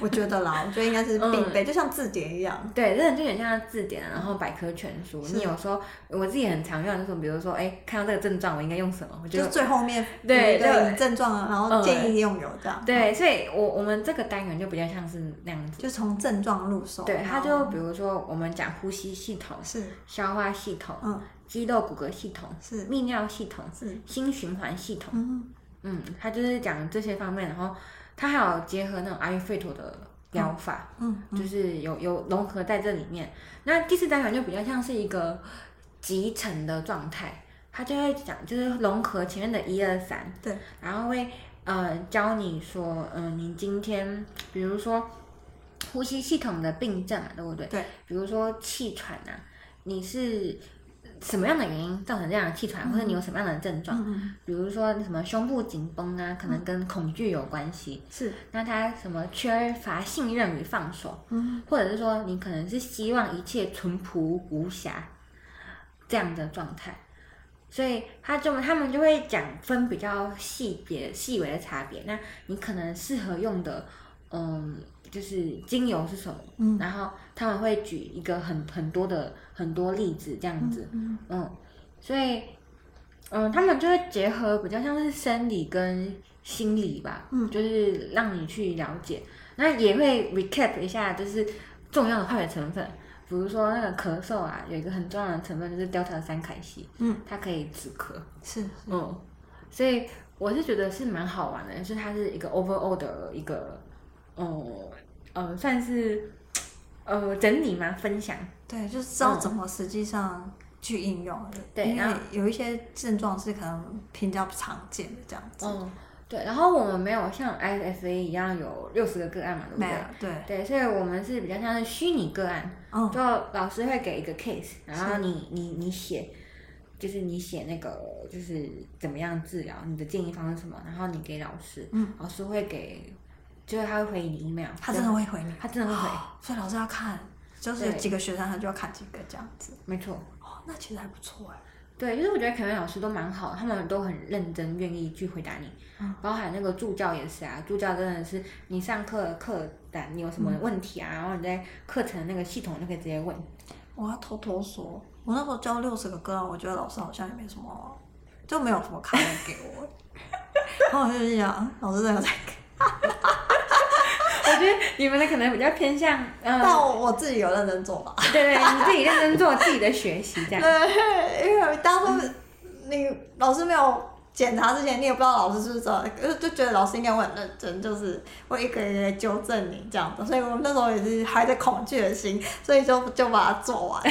[SPEAKER 1] 我觉得啦，我觉得应该是必
[SPEAKER 2] 嗯
[SPEAKER 1] 备，就像字典一样。
[SPEAKER 2] 对，真的就很像字典，然后百科全书。
[SPEAKER 1] 是
[SPEAKER 2] 你有时候我自己很常用，就是比如说，哎、看到这个症状，我应该用什么？我觉
[SPEAKER 1] 就
[SPEAKER 2] 得
[SPEAKER 1] 是最后面
[SPEAKER 2] 对
[SPEAKER 1] 有一个
[SPEAKER 2] 对
[SPEAKER 1] 你症状啊，然后
[SPEAKER 2] 嗯
[SPEAKER 1] 建议用油这样，
[SPEAKER 2] 对，所以我我们这个单元就比较像是那样子。
[SPEAKER 1] 就从症状入手。
[SPEAKER 2] 对，它
[SPEAKER 1] 然
[SPEAKER 2] 就
[SPEAKER 1] 后
[SPEAKER 2] 比如说我们讲呼吸系统、
[SPEAKER 1] 是
[SPEAKER 2] 消化系统、
[SPEAKER 1] 嗯
[SPEAKER 2] 肌肉骨骼系统、
[SPEAKER 1] 是
[SPEAKER 2] 泌尿系统、
[SPEAKER 1] 是
[SPEAKER 2] 新循环系统，
[SPEAKER 1] 嗯
[SPEAKER 2] 嗯，它就是讲这些方面，然后它还有结合那种阿育吠陀的疗法，
[SPEAKER 1] 嗯嗯
[SPEAKER 2] 就是有有融合在这里面。那第四单元就比较像是一个集成的状态，它就会讲就是融合前面的一二三，
[SPEAKER 1] 对，
[SPEAKER 2] 然后会呃教你说，嗯、你今天比如说呼吸系统的病症啊，对不对？
[SPEAKER 1] 对，
[SPEAKER 2] 比如说气喘啊，你是什么样的原因造成这样的气喘，或者你有什么样的症状？
[SPEAKER 1] 嗯
[SPEAKER 2] 比如说什么胸部紧绷啊，可能跟恐惧有关系。
[SPEAKER 1] 嗯是
[SPEAKER 2] 那他什么缺乏信任与放手，
[SPEAKER 1] 嗯
[SPEAKER 2] 或者是说你可能是希望一切淳朴无瑕这样的状态，所以他就他们就会讲分比较细别细微的差别。那你可能适合用的，嗯，就是精油是什么？
[SPEAKER 1] 嗯
[SPEAKER 2] 然后他们会举一个很很多的很多例子这样子，
[SPEAKER 1] 嗯
[SPEAKER 2] 嗯，所以，嗯，他们就会结合比较像是生理跟心理吧，
[SPEAKER 1] 嗯
[SPEAKER 2] 就是让你去了解，那也会 recap 一下，就是重要的化学成分，比如说那个咳嗽啊，有一个很重要的成分就是 delta 三凯西，
[SPEAKER 1] 嗯
[SPEAKER 2] 它可以止咳，
[SPEAKER 1] 是是
[SPEAKER 2] 嗯，所以我是觉得是蛮好玩的，就是它是一个 overall 的一个，嗯呃，算是呃整理嘛，分享。
[SPEAKER 1] 对，就是知道怎么实际上去应用的。
[SPEAKER 2] 嗯对
[SPEAKER 1] 因
[SPEAKER 2] 然
[SPEAKER 1] 为
[SPEAKER 2] 后
[SPEAKER 1] 有一些症状是可能比较常见的这样子。
[SPEAKER 2] 嗯，对，然后我们没有像 IFA 一样有六十个个案嘛，对不
[SPEAKER 1] 没有
[SPEAKER 2] 对？
[SPEAKER 1] 对，
[SPEAKER 2] 对，所以我们是比较像是虚拟个案，
[SPEAKER 1] 嗯
[SPEAKER 2] 就老师会给一个 case，然后
[SPEAKER 1] 是
[SPEAKER 2] 你你你写，就是你写那个就是怎么样治疗，你的建议方是什么，然后你给老师，
[SPEAKER 1] 嗯，
[SPEAKER 2] 老师会给，就是他会回你 email，
[SPEAKER 1] 他真的会回你，
[SPEAKER 2] 他真的会回，
[SPEAKER 1] 所以老师要看，就是有
[SPEAKER 2] 对
[SPEAKER 1] 几个学生他就要看几个这样子。
[SPEAKER 2] 没错。
[SPEAKER 1] 哦，那其实还不错哎。
[SPEAKER 2] 对，就是我觉得凯文老师都蛮好的，他们都很认真，愿意去回答你。
[SPEAKER 1] 嗯
[SPEAKER 2] 包含那个助教也是啊，助教真的是你上课的课单你有什么问题啊，然后你在课程的那个系统就可以直接问。
[SPEAKER 1] 我要偷偷说，我那时候教六十个个案，我觉得老师好像也没什么，就没有什么卡面给我。 然后我就想，嗯老师真的有在看，
[SPEAKER 2] 我觉得你们的可能比较偏向，嗯、
[SPEAKER 1] 但我我自己有认真做吧。
[SPEAKER 2] 对对，你自己认真做自己的学习 这样。
[SPEAKER 1] 对，因为当初你老师没有检查之前，你也不知道老师是不是真的，呃就觉得老师应该会很认真，就是会一个一个纠正你这样子。所以我们那时候也是怀着恐惧的心，所以就就把它做完。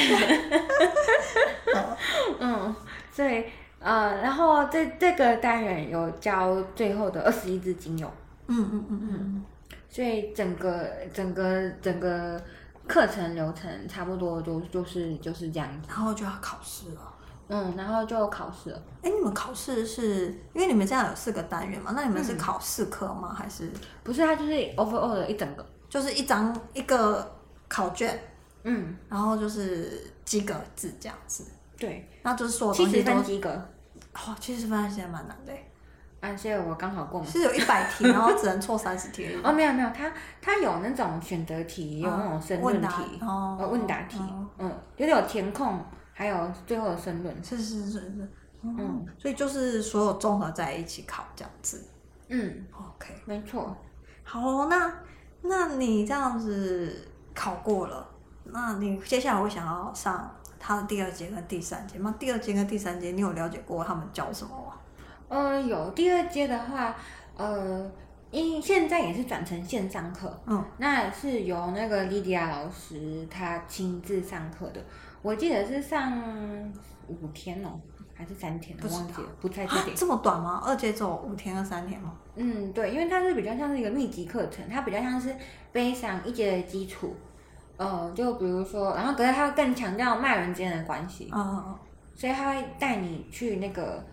[SPEAKER 1] 嗯
[SPEAKER 2] 嗯，所以呃，然后这这个单元有教最后的二十一支精油，
[SPEAKER 1] 嗯嗯嗯嗯，
[SPEAKER 2] 所以整个整个整个课程流程差不多都就是就是这样子。
[SPEAKER 1] 然后就要考试了。
[SPEAKER 2] 嗯，然后就考试了。
[SPEAKER 1] 哎，你们考试是因为你们现在有四个单元嘛？那你们是
[SPEAKER 2] 嗯
[SPEAKER 1] 考四科吗？还是
[SPEAKER 2] 不是，它就是 overall 的一整个。
[SPEAKER 1] 就是一张一个考卷，
[SPEAKER 2] 嗯，
[SPEAKER 1] 然后就是及格字这样子？
[SPEAKER 2] 对，
[SPEAKER 1] 那就是所有
[SPEAKER 2] 七
[SPEAKER 1] 东
[SPEAKER 2] 十
[SPEAKER 1] 西都
[SPEAKER 2] 分及格。
[SPEAKER 1] 哦，其实分析还蛮难的欸，
[SPEAKER 2] 啊，所以我刚好过嘛。
[SPEAKER 1] 是有一百 题，然后只能错三十题而已。
[SPEAKER 2] 哦，没有没有，它它有那种选择题，也有那种申论
[SPEAKER 1] 问答
[SPEAKER 2] 题，
[SPEAKER 1] 哦
[SPEAKER 2] 呃，问答题
[SPEAKER 1] 哦，
[SPEAKER 2] 嗯，就是有填空，还有最后的申论。
[SPEAKER 1] 是是是是，嗯
[SPEAKER 2] 嗯，
[SPEAKER 1] 所以就是所有综合在一起考这样子。
[SPEAKER 2] 嗯，
[SPEAKER 1] OK，
[SPEAKER 2] 没错。
[SPEAKER 1] 好哦，那那你这样子考过了，那你接下来会想要上他的第二节跟第三节吗？第二节跟第三节，你有了解过他们教什么吗？
[SPEAKER 2] 呃，有第二阶的话，呃，因现在也是转成线上课，
[SPEAKER 1] 嗯，
[SPEAKER 2] 那是由那个莉迪亚老师她亲自上课的，我记得是上五天哦，还是三天，
[SPEAKER 1] 不
[SPEAKER 2] 我
[SPEAKER 1] 知道
[SPEAKER 2] 忘记了，不太确
[SPEAKER 1] 啊
[SPEAKER 2] 定。
[SPEAKER 1] 这么短吗？二节只有五天跟三天吗？
[SPEAKER 2] 嗯，对，因为它是比较像是一个密集课程，它比较像是背上一节的基础。呃，就比如说，然后可是它更强调脉人之间的关系，
[SPEAKER 1] 嗯嗯
[SPEAKER 2] 所以他会带你去那个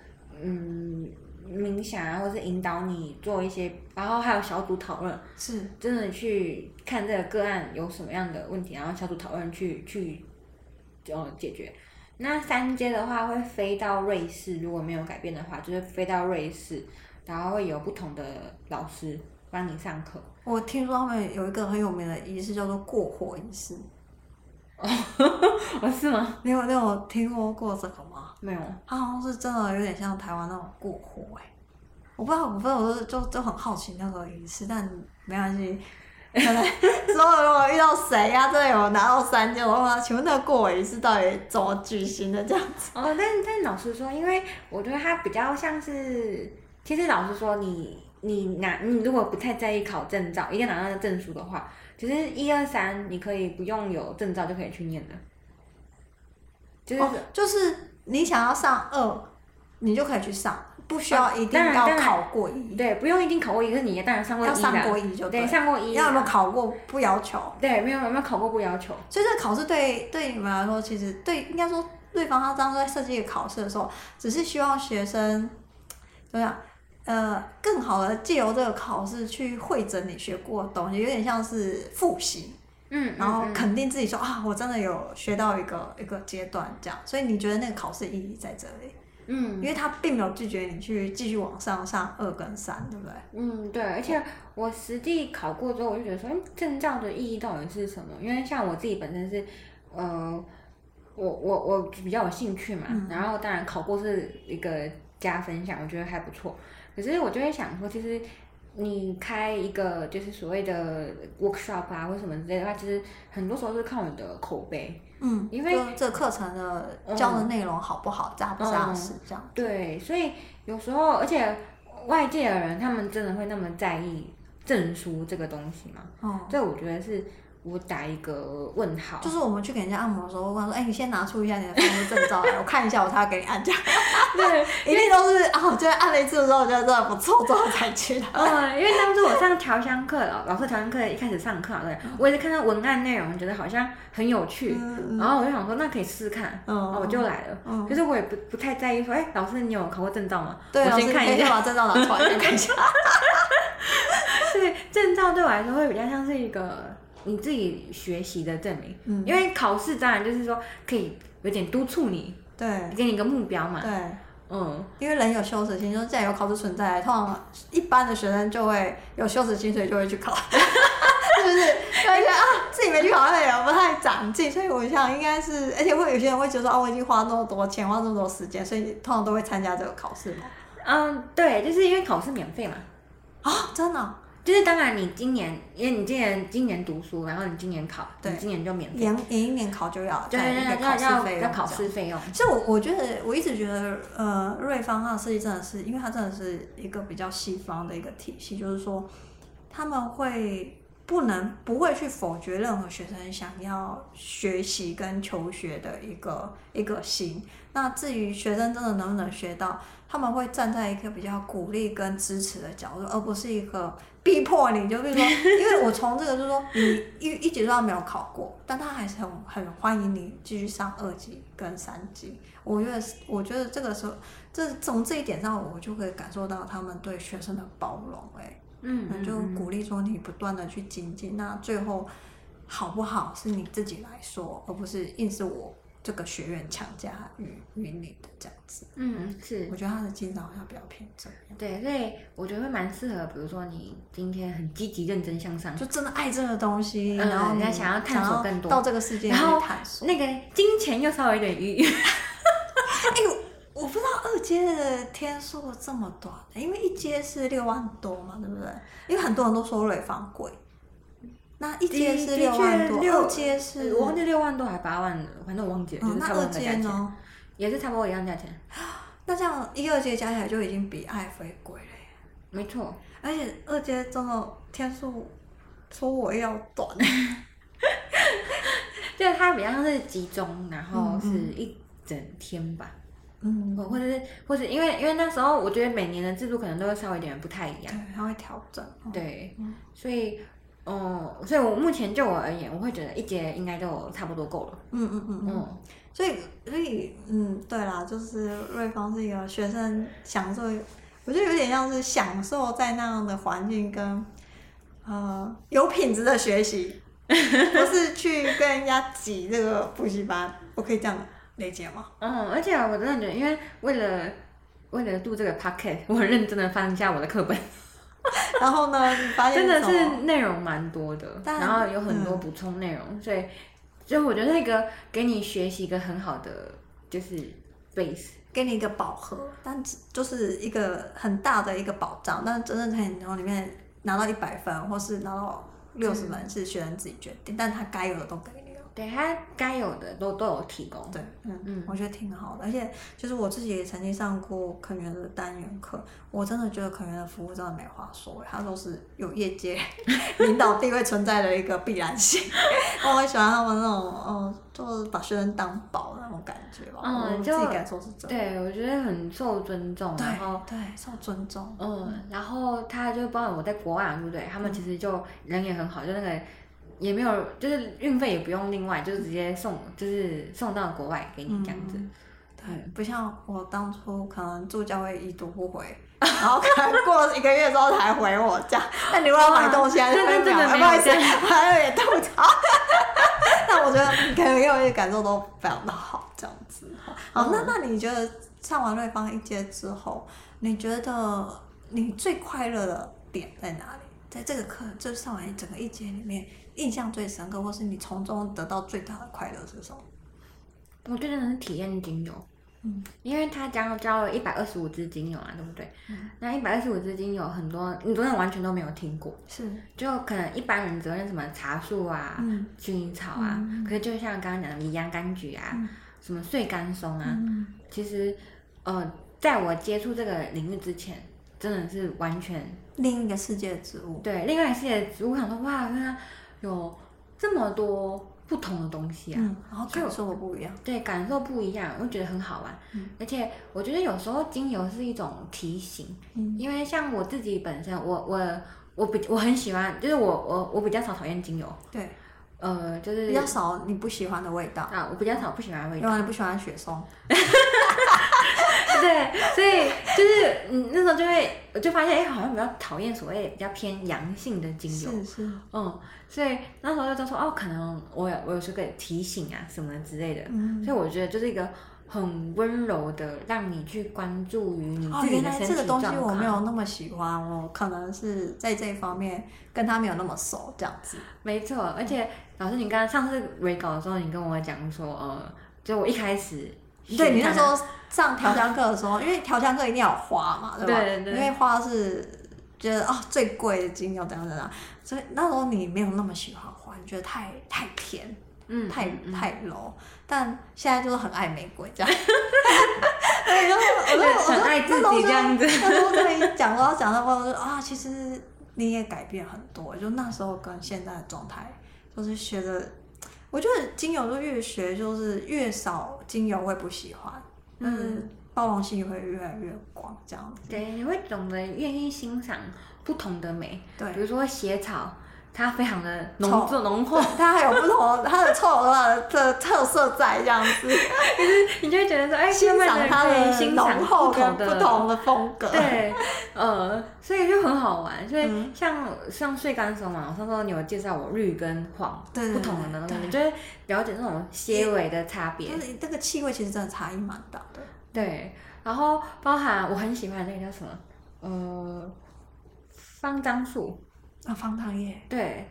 [SPEAKER 2] 嗯冥想啊，或是引导你做一些，然后还有小组讨论，
[SPEAKER 1] 嗯，是。
[SPEAKER 2] 真的去看这个个案有什么样的问题，然后小组讨论去去呃解决。那三阶的话会飞到瑞士，如果没有改变的话，就是飞到瑞士，然后会有不同的老师帮你上课。
[SPEAKER 1] 我听说他们有一个很有名的仪式叫做过火仪式，
[SPEAKER 2] 哦，是吗？
[SPEAKER 1] 你有你有听说过这个吗？
[SPEAKER 2] 没有。
[SPEAKER 1] 它好像是真的有点像台湾那种过火哎、我不知道，我不知道，我就就就很好奇那个仪式，但没关系。可能之后如果遇到谁呀、真的有拿到三件，我会问他，请问那个过火仪式到底怎么举行的？这样子，
[SPEAKER 2] 哦，但但老实说，因为我觉得它比较像是，其实老实说你，你拿你如果不太在意考证照，一定要拿到证书的话，其实一二三你可以不用有证照就可以去念的，就是、
[SPEAKER 1] 哦就是你想要上二，你就可以去上，不需要一定
[SPEAKER 2] 哦当然
[SPEAKER 1] 要
[SPEAKER 2] 当然
[SPEAKER 1] 考过一，
[SPEAKER 2] 对，不用一定考过一个，你当然上过一
[SPEAKER 1] 要上过
[SPEAKER 2] 啦，
[SPEAKER 1] 一就
[SPEAKER 2] 对，
[SPEAKER 1] 对。
[SPEAKER 2] 上过一
[SPEAKER 1] 要有没有
[SPEAKER 2] 啦
[SPEAKER 1] 考过不要求？
[SPEAKER 2] 对，没有有没有考过不要求，
[SPEAKER 1] 所以这个考试对对你们来说，其实对应该说对方他当初在设计一个考试的时候，只是希望学生怎么样，呃，更好的借由这个考试去会诊你学过的东西，有点像是复习，
[SPEAKER 2] 嗯，
[SPEAKER 1] 然后
[SPEAKER 2] 嗯嗯
[SPEAKER 1] 肯定自己说啊，我真的有学到一个一个阶段这样。所以你觉得那个考试意义在这里，
[SPEAKER 2] 嗯
[SPEAKER 1] 因为他并没有拒绝你去继续往上上二跟三，对不对？
[SPEAKER 2] 嗯，对，而且我实地考过之后，我就觉得说，嗯证照的意义到底是什么？因为像我自己本身是，呃，我我我比较有兴趣嘛，
[SPEAKER 1] 嗯
[SPEAKER 2] 然后当然考过是一个加分项，我觉得还不错。可是我就会想说，其实你开一个就是所谓的 workshop 啊，或什么之类的话，其实很多时候是靠你的口碑。
[SPEAKER 1] 嗯，
[SPEAKER 2] 因为嗯
[SPEAKER 1] 就这个课程的教的内容好不好，扎不扎实这样。
[SPEAKER 2] 对，所以有时候，而且外界的人他们真的会那么在意证书这个东西吗？
[SPEAKER 1] 哦、
[SPEAKER 2] 这我觉得是我打一个问号。
[SPEAKER 1] 就是我们去给人家按摩的时候，我跟他说：“哎、你先拿出一下你的房屋证照来，我看一下，我才要给你按 这样。
[SPEAKER 2] 对，
[SPEAKER 1] 一定都是啊，我觉得按了一次之后，我觉得真的不错，之后才 去的。
[SPEAKER 2] 嗯，因为当初我上调香课，老老师调香课一开始上课，对我也是看到文案内容，觉得好像很有趣，
[SPEAKER 1] 嗯
[SPEAKER 2] 然后我就想说那可以试试看，然
[SPEAKER 1] 嗯
[SPEAKER 2] 后我就来了。
[SPEAKER 1] 嗯，
[SPEAKER 2] 可是我也不不太在意说，哎、老师你有考过证照吗？
[SPEAKER 1] 对，
[SPEAKER 2] 我
[SPEAKER 1] 老师啊
[SPEAKER 2] 先
[SPEAKER 1] 你
[SPEAKER 2] 看
[SPEAKER 1] 可
[SPEAKER 2] 一
[SPEAKER 1] 以先
[SPEAKER 2] 下。
[SPEAKER 1] 把证照拿 出来再看一下。
[SPEAKER 2] 对，证照对我来说会比较像是一个你自己学习的证明。
[SPEAKER 1] 嗯，
[SPEAKER 2] 因为考试当然就是说可以有点督促你，
[SPEAKER 1] 对
[SPEAKER 2] 给你一个目标嘛。
[SPEAKER 1] 对，
[SPEAKER 2] 嗯，
[SPEAKER 1] 因为人有羞耻心，就是既然有考试存在，通常一般的学生就会有羞耻心，所以就会去考， 是不是？就会觉得啊，自己没去考，那也不太长进，所以我想应该是，而且会有些人会觉得说，啊，我已经花那么多钱，花那么多时间，所以通常都会参加这个考试嘛。
[SPEAKER 2] 嗯，对，就是因为考试免费嘛。
[SPEAKER 1] 啊、真的哦、
[SPEAKER 2] 就是当然，你今年因为你今年今年读书，然后你今年考，
[SPEAKER 1] 对
[SPEAKER 2] 你今年就免费，
[SPEAKER 1] 延延一年考就要
[SPEAKER 2] 对
[SPEAKER 1] 再一
[SPEAKER 2] 要
[SPEAKER 1] 个
[SPEAKER 2] 要
[SPEAKER 1] 考试
[SPEAKER 2] 要
[SPEAKER 1] 费
[SPEAKER 2] 要
[SPEAKER 1] 用
[SPEAKER 2] 考
[SPEAKER 1] 这样
[SPEAKER 2] 试费用。
[SPEAKER 1] 其实我我觉得我一直觉得，呃，瑞芳它的设计真的是，因为它真的是一个比较西方的一个体系，就是说他们会不能不会去否决任何学生想要学习跟求学的一个一个心。那至于学生真的能不能学到，他们会站在一个比较鼓励跟支持的角度，而不是一个逼迫你。就比如说， 因为我从这个就是说，你一一级段没有考过，但他还是很很欢迎你继续上二级跟三级。我觉得是，我觉得这个时候，这从这一点上，我就可以感受到他们对学生的包容、欸，
[SPEAKER 2] 嗯
[SPEAKER 1] 哎，就
[SPEAKER 2] 嗯嗯
[SPEAKER 1] 鼓励说你不断的去精进，那最后好不好是你自己来说，而不是硬是我这个学院强加于于你的这样子。
[SPEAKER 2] 嗯是
[SPEAKER 1] 我觉得他的精神好像比较偏这样，
[SPEAKER 2] 对，所以我觉得会蛮适合，比如说你今天很积极、认真向上，
[SPEAKER 1] 就真的爱这个东西，
[SPEAKER 2] 嗯
[SPEAKER 1] 然后
[SPEAKER 2] 人家
[SPEAKER 1] 你
[SPEAKER 2] 想要探索更多
[SPEAKER 1] 到这个世界里
[SPEAKER 2] 然后
[SPEAKER 1] 面探索。
[SPEAKER 2] 那个金钱又稍微有点余裕。
[SPEAKER 1] 哎、我我不知道二阶的天数这么短，因为一阶是六万多嘛，对不对？因为很多人都说瑞芳贵，那一阶是
[SPEAKER 2] 的
[SPEAKER 1] 六万多，
[SPEAKER 2] 的确
[SPEAKER 1] 二阶是
[SPEAKER 2] 我忘记六万多还八万了，反正我忘记了，就
[SPEAKER 1] 嗯
[SPEAKER 2] 是
[SPEAKER 1] 那
[SPEAKER 2] 差不多
[SPEAKER 1] 二
[SPEAKER 2] 的
[SPEAKER 1] 阶
[SPEAKER 2] 价钱，
[SPEAKER 1] 呢？
[SPEAKER 2] 也是差不多一样价钱，
[SPEAKER 1] 那这样一二阶加起来就已经比爱妃贵了耶，
[SPEAKER 2] 没错。
[SPEAKER 1] 而且二阶真的天数说我要短，
[SPEAKER 2] 就是它比较像是集中，然后
[SPEAKER 1] 嗯
[SPEAKER 2] 是
[SPEAKER 1] 嗯
[SPEAKER 2] 一整天吧，
[SPEAKER 1] 嗯，
[SPEAKER 2] 或或者是或者因为因为那时候我觉得每年的制度可能都会稍微有点不太一
[SPEAKER 1] 对
[SPEAKER 2] 样，，
[SPEAKER 1] 它会调整，嗯，
[SPEAKER 2] 对
[SPEAKER 1] 嗯，
[SPEAKER 2] 所以。哦、所以我目前就我而言，我会觉得一节应该就差不多够了。
[SPEAKER 1] 嗯嗯嗯嗯。
[SPEAKER 2] 嗯，
[SPEAKER 1] 所以，所以，嗯，对啦，就是瑞芳是一个学生享受，我觉得有点像是享受在那样的环境跟，呃，有品质的学 习，不是去跟人家挤这个补习班，我可以这样理解吗？
[SPEAKER 2] 嗯，而且我真的觉得，因为为了为了录这个 podcast，我很认真的翻一下我的课本，
[SPEAKER 1] 然后呢，你发现
[SPEAKER 2] 真的
[SPEAKER 1] 什么
[SPEAKER 2] 是内容蛮多的，
[SPEAKER 1] 哎但
[SPEAKER 2] 然后有很多
[SPEAKER 1] 嗯
[SPEAKER 2] 补充内容，所以所以我觉得那个给你学习一个很好的就是 base。
[SPEAKER 1] 给你一个饱和，但只就是一个很大的一个保障，但真正可以从里面拿到一百分，或是拿到六十
[SPEAKER 2] 嗯
[SPEAKER 1] 分，是学生自己决定，但他该有的都给你了。
[SPEAKER 2] 对，它该有的都都有提供。
[SPEAKER 1] 对，嗯
[SPEAKER 2] 嗯
[SPEAKER 1] 嗯，我觉得挺好的，而且就是我自己也曾经上过肯源的单元课，我真的觉得肯源的服务真的没话说，欸它都是有业 界领导地位存在的一个必然性。 我很喜欢他们那种，嗯，就是把学生当宝的那种感觉吧，
[SPEAKER 2] 嗯
[SPEAKER 1] 我自
[SPEAKER 2] 就
[SPEAKER 1] 己感受是这样。
[SPEAKER 2] 对，我觉得很受尊重，
[SPEAKER 1] 对
[SPEAKER 2] 然后。
[SPEAKER 1] 对，受尊重。
[SPEAKER 2] 嗯，然后他就包括我在国外嘛，啊对不对？他
[SPEAKER 1] 嗯
[SPEAKER 2] 们其实就人也很好，就那个也没有，就是运费也不用另外，就直接送，就是送到国外给你这样子。
[SPEAKER 1] 嗯对，不像我当初可能住教会已读不回，然后可能过了一个月之后才回我家。那你如果要买东西，还是
[SPEAKER 2] 那
[SPEAKER 1] 会
[SPEAKER 2] 那真
[SPEAKER 1] 秒
[SPEAKER 2] 的
[SPEAKER 1] 哎
[SPEAKER 2] 没有
[SPEAKER 1] 不好意思，
[SPEAKER 2] 这
[SPEAKER 1] 我还有点吐槽。 但我觉得可能因为感受都非常的好，这样子。好，
[SPEAKER 2] 嗯
[SPEAKER 1] 那那你觉得上完瑞芳一阶之后，你觉得你最快乐的点在哪里？在这个课，就上完整个一节里面，印象最深刻，或是你从中得到最大的快乐是什么？
[SPEAKER 2] 我觉得真的是体验精油，
[SPEAKER 1] 嗯，
[SPEAKER 2] 因为他教教了一百二十五支精油啊，对不对？
[SPEAKER 1] 嗯
[SPEAKER 2] 那一百二十五支精油很多，你真的完全都没有听过，
[SPEAKER 1] 是，
[SPEAKER 2] 就可能一般人只会认什么茶树啊、
[SPEAKER 1] 嗯
[SPEAKER 2] 薰衣草啊，
[SPEAKER 1] 嗯
[SPEAKER 2] 可是就像刚刚讲的迷洋甘菊啊、
[SPEAKER 1] 嗯
[SPEAKER 2] 什么碎干松啊，
[SPEAKER 1] 嗯。
[SPEAKER 2] 其实呃，在我接触这个领域之前，真的是完全
[SPEAKER 1] 另一个世界的植物。
[SPEAKER 2] 对另外一些植物，我想说哇，原来有这么多不同的东西啊，
[SPEAKER 1] 嗯，然后感受不一样。
[SPEAKER 2] 对，感受不一样，我觉得很好玩。
[SPEAKER 1] 嗯
[SPEAKER 2] 而且我觉得有时候精油是一种提醒，
[SPEAKER 1] 嗯
[SPEAKER 2] 因为像我自己本身，我我我比我很喜欢，就是我我我比较少讨厌精油，
[SPEAKER 1] 对，
[SPEAKER 2] 呃，就
[SPEAKER 1] 比
[SPEAKER 2] 是
[SPEAKER 1] 较少你不喜欢的味道，
[SPEAKER 2] 啊，我比较少不喜欢的味
[SPEAKER 1] 因
[SPEAKER 2] 道，
[SPEAKER 1] 为你不喜欢雪松。
[SPEAKER 2] 对，所以就是嗯，那时候就会，我就发现，哎、好像比较讨厌所谓比较偏阳性的精油，
[SPEAKER 1] 是是，
[SPEAKER 2] 嗯，所以那时候就说，哦，可能我有我有时候可以提醒啊什么之类的，
[SPEAKER 1] 嗯，
[SPEAKER 2] 所以我觉得就是一个很温柔的，让你去关注于你
[SPEAKER 1] 哦，
[SPEAKER 2] 自己
[SPEAKER 1] 原
[SPEAKER 2] 的
[SPEAKER 1] 来
[SPEAKER 2] 身
[SPEAKER 1] 这个
[SPEAKER 2] 体
[SPEAKER 1] 东
[SPEAKER 2] 状
[SPEAKER 1] 西
[SPEAKER 2] 况。
[SPEAKER 1] 我没有那么喜欢，我可能是在这一方面跟他没有那么熟，这样子。
[SPEAKER 2] 没错，而且老师，你刚刚上次围稿的时候，你跟我讲说，呃，就我一啊开始学它，
[SPEAKER 1] 对你那时候上调香课的时候，因为调香课一定要有花嘛，对吧？
[SPEAKER 2] 对对
[SPEAKER 1] 因为花是觉得哦最贵的精油，怎样怎样，所以那时候你没有那么喜欢花，你觉得太太甜，
[SPEAKER 2] 嗯，
[SPEAKER 1] 太
[SPEAKER 2] 嗯嗯
[SPEAKER 1] 太 low，但现在就是很爱玫瑰 这样。对，然后我就我
[SPEAKER 2] 很
[SPEAKER 1] 就
[SPEAKER 2] 爱
[SPEAKER 1] 那
[SPEAKER 2] 自
[SPEAKER 1] 时候
[SPEAKER 2] 己
[SPEAKER 1] 就
[SPEAKER 2] 这样子，
[SPEAKER 1] 那时候跟你讲到讲到，我就说啊，其实你也改变很多，就那时候跟现在的状态，就是学的，我觉得精油就越学就是越少精油会不喜欢，但是
[SPEAKER 2] 嗯
[SPEAKER 1] 包容性会越来越广，这样子。
[SPEAKER 2] 对，你会懂得愿意欣赏不同的美，
[SPEAKER 1] 对
[SPEAKER 2] 比，如说血草，它非常的浓
[SPEAKER 1] 臭
[SPEAKER 2] 重浓厚，
[SPEAKER 1] 它还有不同它的臭的的特色在这样子，
[SPEAKER 2] 你就会觉得说，哎，
[SPEAKER 1] 欣
[SPEAKER 2] 慢
[SPEAKER 1] 赏
[SPEAKER 2] 慢地
[SPEAKER 1] 它
[SPEAKER 2] 可以
[SPEAKER 1] 的
[SPEAKER 2] 欣赏
[SPEAKER 1] 浓厚
[SPEAKER 2] 不
[SPEAKER 1] 跟
[SPEAKER 2] 同
[SPEAKER 1] 不
[SPEAKER 2] 的
[SPEAKER 1] 同的风格。
[SPEAKER 2] 对，呃，所以就很好玩。所以
[SPEAKER 1] 嗯
[SPEAKER 2] 像、像睡干手嘛，我上次你有介绍我绿跟黄
[SPEAKER 1] 对对
[SPEAKER 2] 不同的那
[SPEAKER 1] 对
[SPEAKER 2] 种，你就会了解那种些微的差别
[SPEAKER 1] 就。是那个气味其实真的差异蛮大的。
[SPEAKER 2] 对，然后包含我很喜欢那个叫什么，呃，方樟树，
[SPEAKER 1] 啊，方糖液
[SPEAKER 2] 对。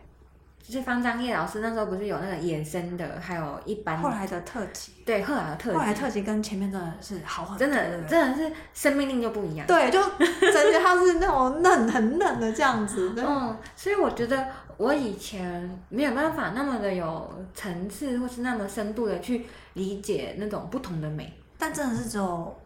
[SPEAKER 2] 就是方樟叶老师那时候不是有那个野生的，还有一般
[SPEAKER 1] 后来的特辑，
[SPEAKER 2] 对后来的嗯特
[SPEAKER 1] 后来
[SPEAKER 2] 辑，
[SPEAKER 1] 特辑跟前面真的是好很多，
[SPEAKER 2] 真
[SPEAKER 1] 哦对
[SPEAKER 2] 的
[SPEAKER 1] 不对
[SPEAKER 2] 真的是生命力就不一样。
[SPEAKER 1] 对，就感觉它是那种嫩很嫩的这样子，对，
[SPEAKER 2] 嗯，所以我觉得我以前没有办法那么的有层次，或是那么深度的去理解那种不同的美。
[SPEAKER 1] 但真的是只有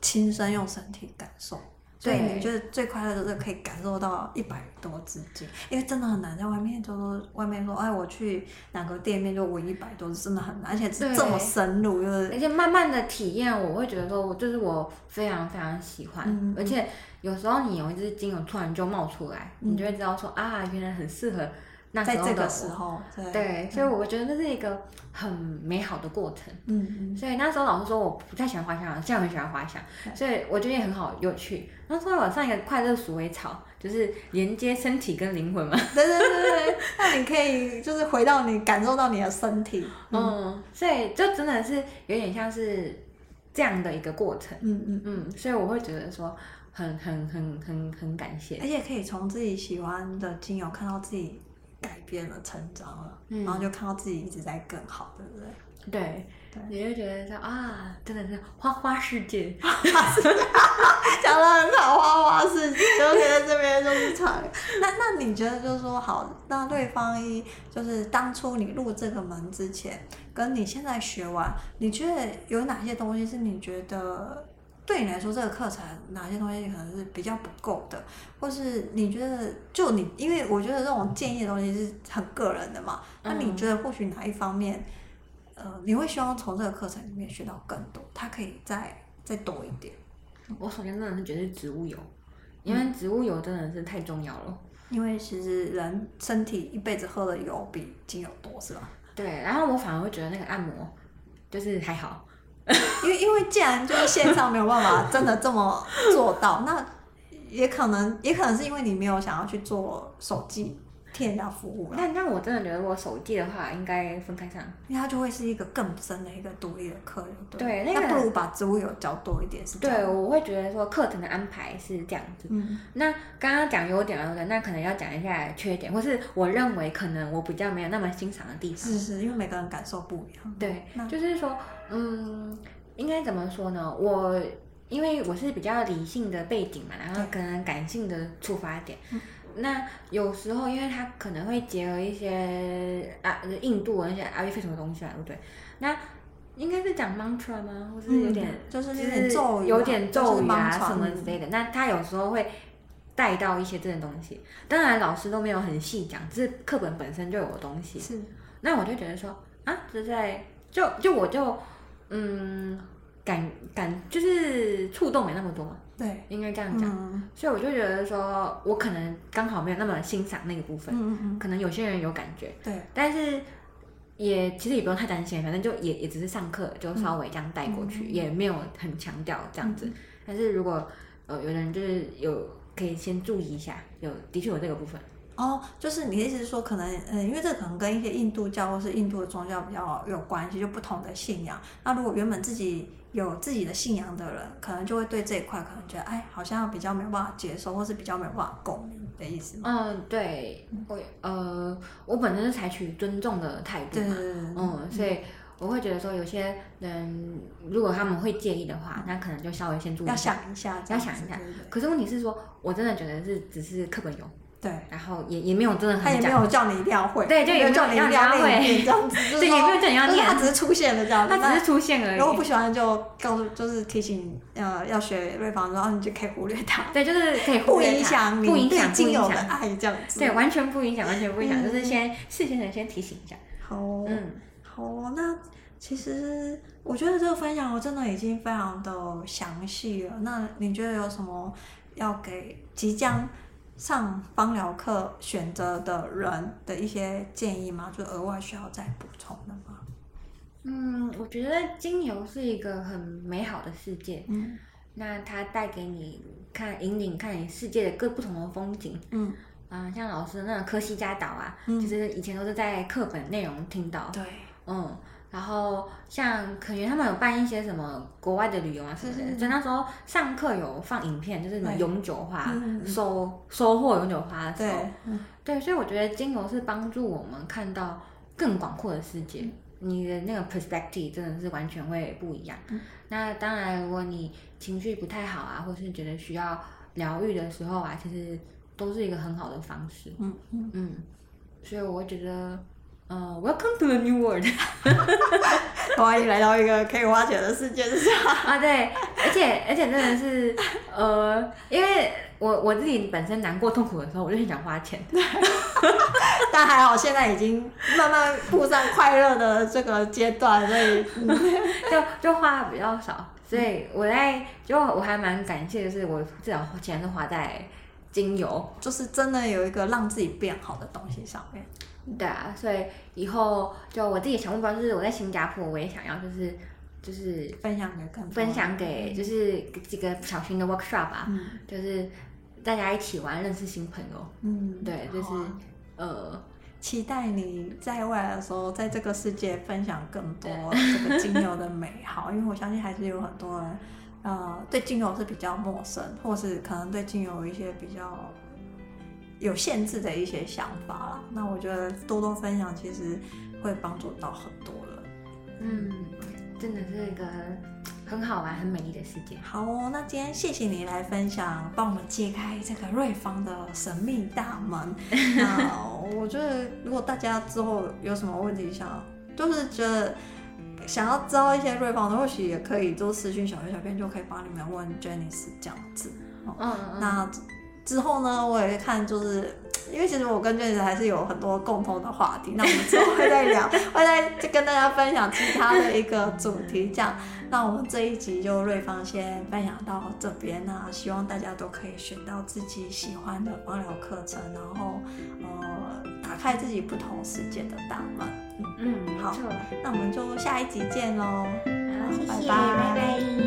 [SPEAKER 1] 亲身用身体感受。所以
[SPEAKER 2] 对
[SPEAKER 1] 你觉得最快乐的就是可以感受到一百多支箭，因为真的很难在外面，就说外面说，哎，我去哪个店面就闻一百多支，真的很难，而且是
[SPEAKER 2] 对
[SPEAKER 1] 这么深入，就是
[SPEAKER 2] 而且慢慢的体验，我会觉得说，我就是我非常非常喜欢，
[SPEAKER 1] 嗯
[SPEAKER 2] 而且有时候你有一只精油突然就冒出来，
[SPEAKER 1] 嗯
[SPEAKER 2] 你就会知道说啊，原来很适合那
[SPEAKER 1] 在
[SPEAKER 2] 时候的
[SPEAKER 1] 这
[SPEAKER 2] 我。
[SPEAKER 1] 个时候，对，
[SPEAKER 2] 对，所以我觉得这是一个很美好的过程。
[SPEAKER 1] 嗯嗯，
[SPEAKER 2] 所以那时候老师说我不太喜欢花香，现在我很喜欢花香，
[SPEAKER 1] 对
[SPEAKER 2] 所以我觉得也很好有趣。然后后来我上一个快乐鼠尾草，就是连接身体跟灵魂嘛。
[SPEAKER 1] 对对对对对，那你可以就是回到你感受到你的身体，嗯
[SPEAKER 2] 嗯，所以就真的是有点像是这样的一个过程。
[SPEAKER 1] 嗯嗯，
[SPEAKER 2] 嗯，所以我会觉得说很很很很很感谢
[SPEAKER 1] 而。且可以从自己喜欢的精油看到自己改变了、成长了，
[SPEAKER 2] 嗯
[SPEAKER 1] 然后就看到自己一直在更好，对不对？
[SPEAKER 2] 对，你就觉得说啊，真的是花花世界。
[SPEAKER 1] 讲的很好，花花世界，就觉得这边就是惨。那那你觉得就是说好，那对方一就是当初你入这个门之前，跟你现在学完，你觉得有哪些东西是你觉得？对你来说，这个课程哪些东西可能是比较不够的，或是你觉得就你，因为我觉得这种建议的东西是很个人的嘛，那你
[SPEAKER 2] 嗯
[SPEAKER 1] 觉得或许哪一方面，呃，你会希望从这个课程里面学到更多，它可以再再多一点？
[SPEAKER 2] 我首先真的是觉得是植物油，因为植物油真的是太重要了。
[SPEAKER 1] 因为其实人身体一辈子喝的油比精油多是吧？
[SPEAKER 2] 对，然后我反而会觉得那个按摩就是还好，
[SPEAKER 1] 因为因为既然就是线上没有办法真的这么做到，那也可能也可能是因为你没有想要去做手机替人家服务了，
[SPEAKER 2] 但但我真的觉得我手机的话应该分开上。
[SPEAKER 1] 因为它就会是一个更深的一个独立的课，对不
[SPEAKER 2] 对那个
[SPEAKER 1] 不如把植物油教多一点是这
[SPEAKER 2] 对，
[SPEAKER 1] 样。
[SPEAKER 2] 我会觉得说课程的安排是这样子。
[SPEAKER 1] 嗯，
[SPEAKER 2] 那刚刚讲优点啊了，对不对那可能要讲一下缺点，或是我认为可能我比较没有那么欣赏的地方。
[SPEAKER 1] 是是，因为每个人感受不一样。
[SPEAKER 2] 对
[SPEAKER 1] 那，
[SPEAKER 2] 就是说，嗯，应该怎么说呢？我因为我是比较理性的背景嘛，然后
[SPEAKER 1] 对
[SPEAKER 2] 可能感性的出发点
[SPEAKER 1] 嗯。
[SPEAKER 2] 那有时候，因为它可能会结合一些啊印度那些阿育吠陀的东西啊嘛，对不对？那应该是讲 mantra 吗？或是有点、
[SPEAKER 1] 嗯就是
[SPEAKER 2] 就
[SPEAKER 1] 有点咒语啊，
[SPEAKER 2] 有点咒语啊
[SPEAKER 1] 就是
[SPEAKER 2] 什么
[SPEAKER 1] mantra，
[SPEAKER 2] 之类的。那他有时候会带到一些这种东西，当然老师都没有很细讲，只是课本本身就有的东西
[SPEAKER 1] 嗯。是
[SPEAKER 2] 那我就觉得说啊，这在就就我就嗯感感就是触动没那么多嘛，
[SPEAKER 1] 对，
[SPEAKER 2] 应该这样讲。
[SPEAKER 1] 嗯
[SPEAKER 2] 所以我就觉得说我可能刚好没有那么欣赏那个部
[SPEAKER 1] 嗯
[SPEAKER 2] 分，
[SPEAKER 1] 嗯嗯，
[SPEAKER 2] 可能有些人有感觉，
[SPEAKER 1] 对，
[SPEAKER 2] 但是。也其实也不用太担心，反正就也也只是上课就稍微这样带过去，
[SPEAKER 1] 嗯嗯
[SPEAKER 2] 也没有很强调这样子。
[SPEAKER 1] 嗯
[SPEAKER 2] 但是如果呃，有的人就是有可以先注意一下，有的确有这个部分。
[SPEAKER 1] 哦，就是你的意思是说，可能呃，因为这可能跟一些印度教或是印度的宗教比较有关系，就不同的信仰。那如果原本自己有自己的信仰的人，可能就会对这一块可能觉得，哎，好像比较没有办法接受，或是比较没有办法共鸣的意思吗？
[SPEAKER 2] 嗯，对，我呃，我本身是采取尊重的态度
[SPEAKER 1] 对
[SPEAKER 2] 嘛
[SPEAKER 1] 对，对对，
[SPEAKER 2] 嗯，所以我会觉得说，有些人如果他们会介意的话，那可能就稍微先注意
[SPEAKER 1] 嗯要
[SPEAKER 2] 一下。
[SPEAKER 1] 想一下，
[SPEAKER 2] 要想一下
[SPEAKER 1] 对对
[SPEAKER 2] 可是问题是说，我真的觉得是只是课本有，
[SPEAKER 1] 对。
[SPEAKER 2] 然后也也没有真的
[SPEAKER 1] 对他也
[SPEAKER 2] 很
[SPEAKER 1] 没
[SPEAKER 2] 讲，
[SPEAKER 1] 有叫你一定要会，
[SPEAKER 2] 对就也
[SPEAKER 1] 没有
[SPEAKER 2] 没有
[SPEAKER 1] 叫你一定
[SPEAKER 2] 要
[SPEAKER 1] 练
[SPEAKER 2] 会
[SPEAKER 1] 练这样 子，就是
[SPEAKER 2] 对，也没
[SPEAKER 1] 说
[SPEAKER 2] 有叫你要
[SPEAKER 1] 就是他
[SPEAKER 2] 念，啊
[SPEAKER 1] 只是出现了这样子，
[SPEAKER 2] 他只是出现而
[SPEAKER 1] 那
[SPEAKER 2] 已。
[SPEAKER 1] 如果不喜欢就告诉，就是提醒呃要学瑞芳，然后你就可以忽略他。
[SPEAKER 2] 对，就是可以忽
[SPEAKER 1] 不
[SPEAKER 2] 略
[SPEAKER 1] 影
[SPEAKER 2] 它
[SPEAKER 1] 响你
[SPEAKER 2] 不影
[SPEAKER 1] 对
[SPEAKER 2] 响，不
[SPEAKER 1] 精
[SPEAKER 2] 影
[SPEAKER 1] 油的
[SPEAKER 2] 响，
[SPEAKER 1] 爱这样子。
[SPEAKER 2] 对，，完全不影响，完全不影响，就是
[SPEAKER 1] 嗯
[SPEAKER 2] 先事先的先提醒一下，
[SPEAKER 1] 好哦、
[SPEAKER 2] 嗯，
[SPEAKER 1] 好哦、那其实我觉得这个分享我真的已经非常的详细了。那你觉得有什么要给即将上芳疗课选择的人的一些建议吗？就额外需要再补充的吗？
[SPEAKER 2] 嗯，我觉得精油是一个很美好的世界，
[SPEAKER 1] 嗯
[SPEAKER 2] 那它带给你看引领看你世界的各不同的风景，
[SPEAKER 1] 嗯，
[SPEAKER 2] 啊、像老师的那种科西嘉岛啊，
[SPEAKER 1] 嗯
[SPEAKER 2] 其实以前都是在课本内容听到，
[SPEAKER 1] 对，
[SPEAKER 2] 嗯，然后像可能他们有办一些什么国外的旅游啊什么
[SPEAKER 1] 是是
[SPEAKER 2] 的，
[SPEAKER 1] 是
[SPEAKER 2] 所以那时候上课有放影片，就是什么
[SPEAKER 1] 嗯对
[SPEAKER 2] 永久花
[SPEAKER 1] 嗯嗯嗯
[SPEAKER 2] 收收获永久花的时
[SPEAKER 1] 对
[SPEAKER 2] 候，，
[SPEAKER 1] 嗯
[SPEAKER 2] 对，所以我觉得精油是帮助我们看到更广阔的世界，你的那个 perspective 真的是完全会不一样。
[SPEAKER 1] 嗯
[SPEAKER 2] 那当然，如果你情绪不太好啊，或是觉得需要疗愈的时候啊，其实都是一个很好的方式。
[SPEAKER 1] 嗯嗯，
[SPEAKER 2] 嗯，所以我会觉得，呃，Welcome to the new world
[SPEAKER 1] 欢迎来到一个可以挖掘的世界，是这样。
[SPEAKER 2] 啊，对，而且而且真的是，呃，因为我我自己本身难过痛苦的时候，我就很想花钱。
[SPEAKER 1] 但还好，现在已经慢慢步上快乐的这个阶段，所以嗯
[SPEAKER 2] 就就花的比较少，所以我在就我还蛮感谢，就是我至少钱是花在精油，
[SPEAKER 1] 就是真的有一个让自己变好的东西上面。
[SPEAKER 2] 对啊，所以以后就我自己的小目标就是我在新加坡，我也想要就是就是
[SPEAKER 1] 分享给更多人
[SPEAKER 2] 分享
[SPEAKER 1] 哦
[SPEAKER 2] 给就是几个小型的 workshop 啊，
[SPEAKER 1] 嗯
[SPEAKER 2] 就是大家一起玩，认识新朋友，
[SPEAKER 1] 嗯，
[SPEAKER 2] 对，就是、
[SPEAKER 1] 好啊
[SPEAKER 2] 呃，
[SPEAKER 1] 期待你在未来的时候，在这个世界分享更 多这个精油的美好，因为我相信还是有很多人，呃，对精油是比较陌生，或是可能对精油有一些比较有限制的一些想法啦。那我觉得多多分享其实会帮助到很多人。
[SPEAKER 2] 嗯，真的是一个很好玩、很美丽的世界。
[SPEAKER 1] 好哦，那今天谢谢你来分享，帮我们揭开这个瑞芳的神秘大门。那我觉得，如果大家之后有什么问题想，就是觉得想要知道一些瑞芳的，或许也可以就私讯小编，小编就可以帮你们问 Jenny 是这样子。
[SPEAKER 2] 嗯嗯，
[SPEAKER 1] 那之后呢，我也看就是。因为其实我跟 Jenny 还是有很多共同的话题，那我们之后会再聊，会再跟大家分享其他的一个主题。这样，那我们这一集就瑞芳先分享到这边那希望大家都可以选到自己喜欢的芳疗课程，然后呃打开自己不同世界的大门。嗯
[SPEAKER 2] 嗯，没
[SPEAKER 1] 好
[SPEAKER 2] 错。
[SPEAKER 1] 那我们就下一集见喽，
[SPEAKER 2] 好，谢
[SPEAKER 1] 拜
[SPEAKER 2] 谢，拜拜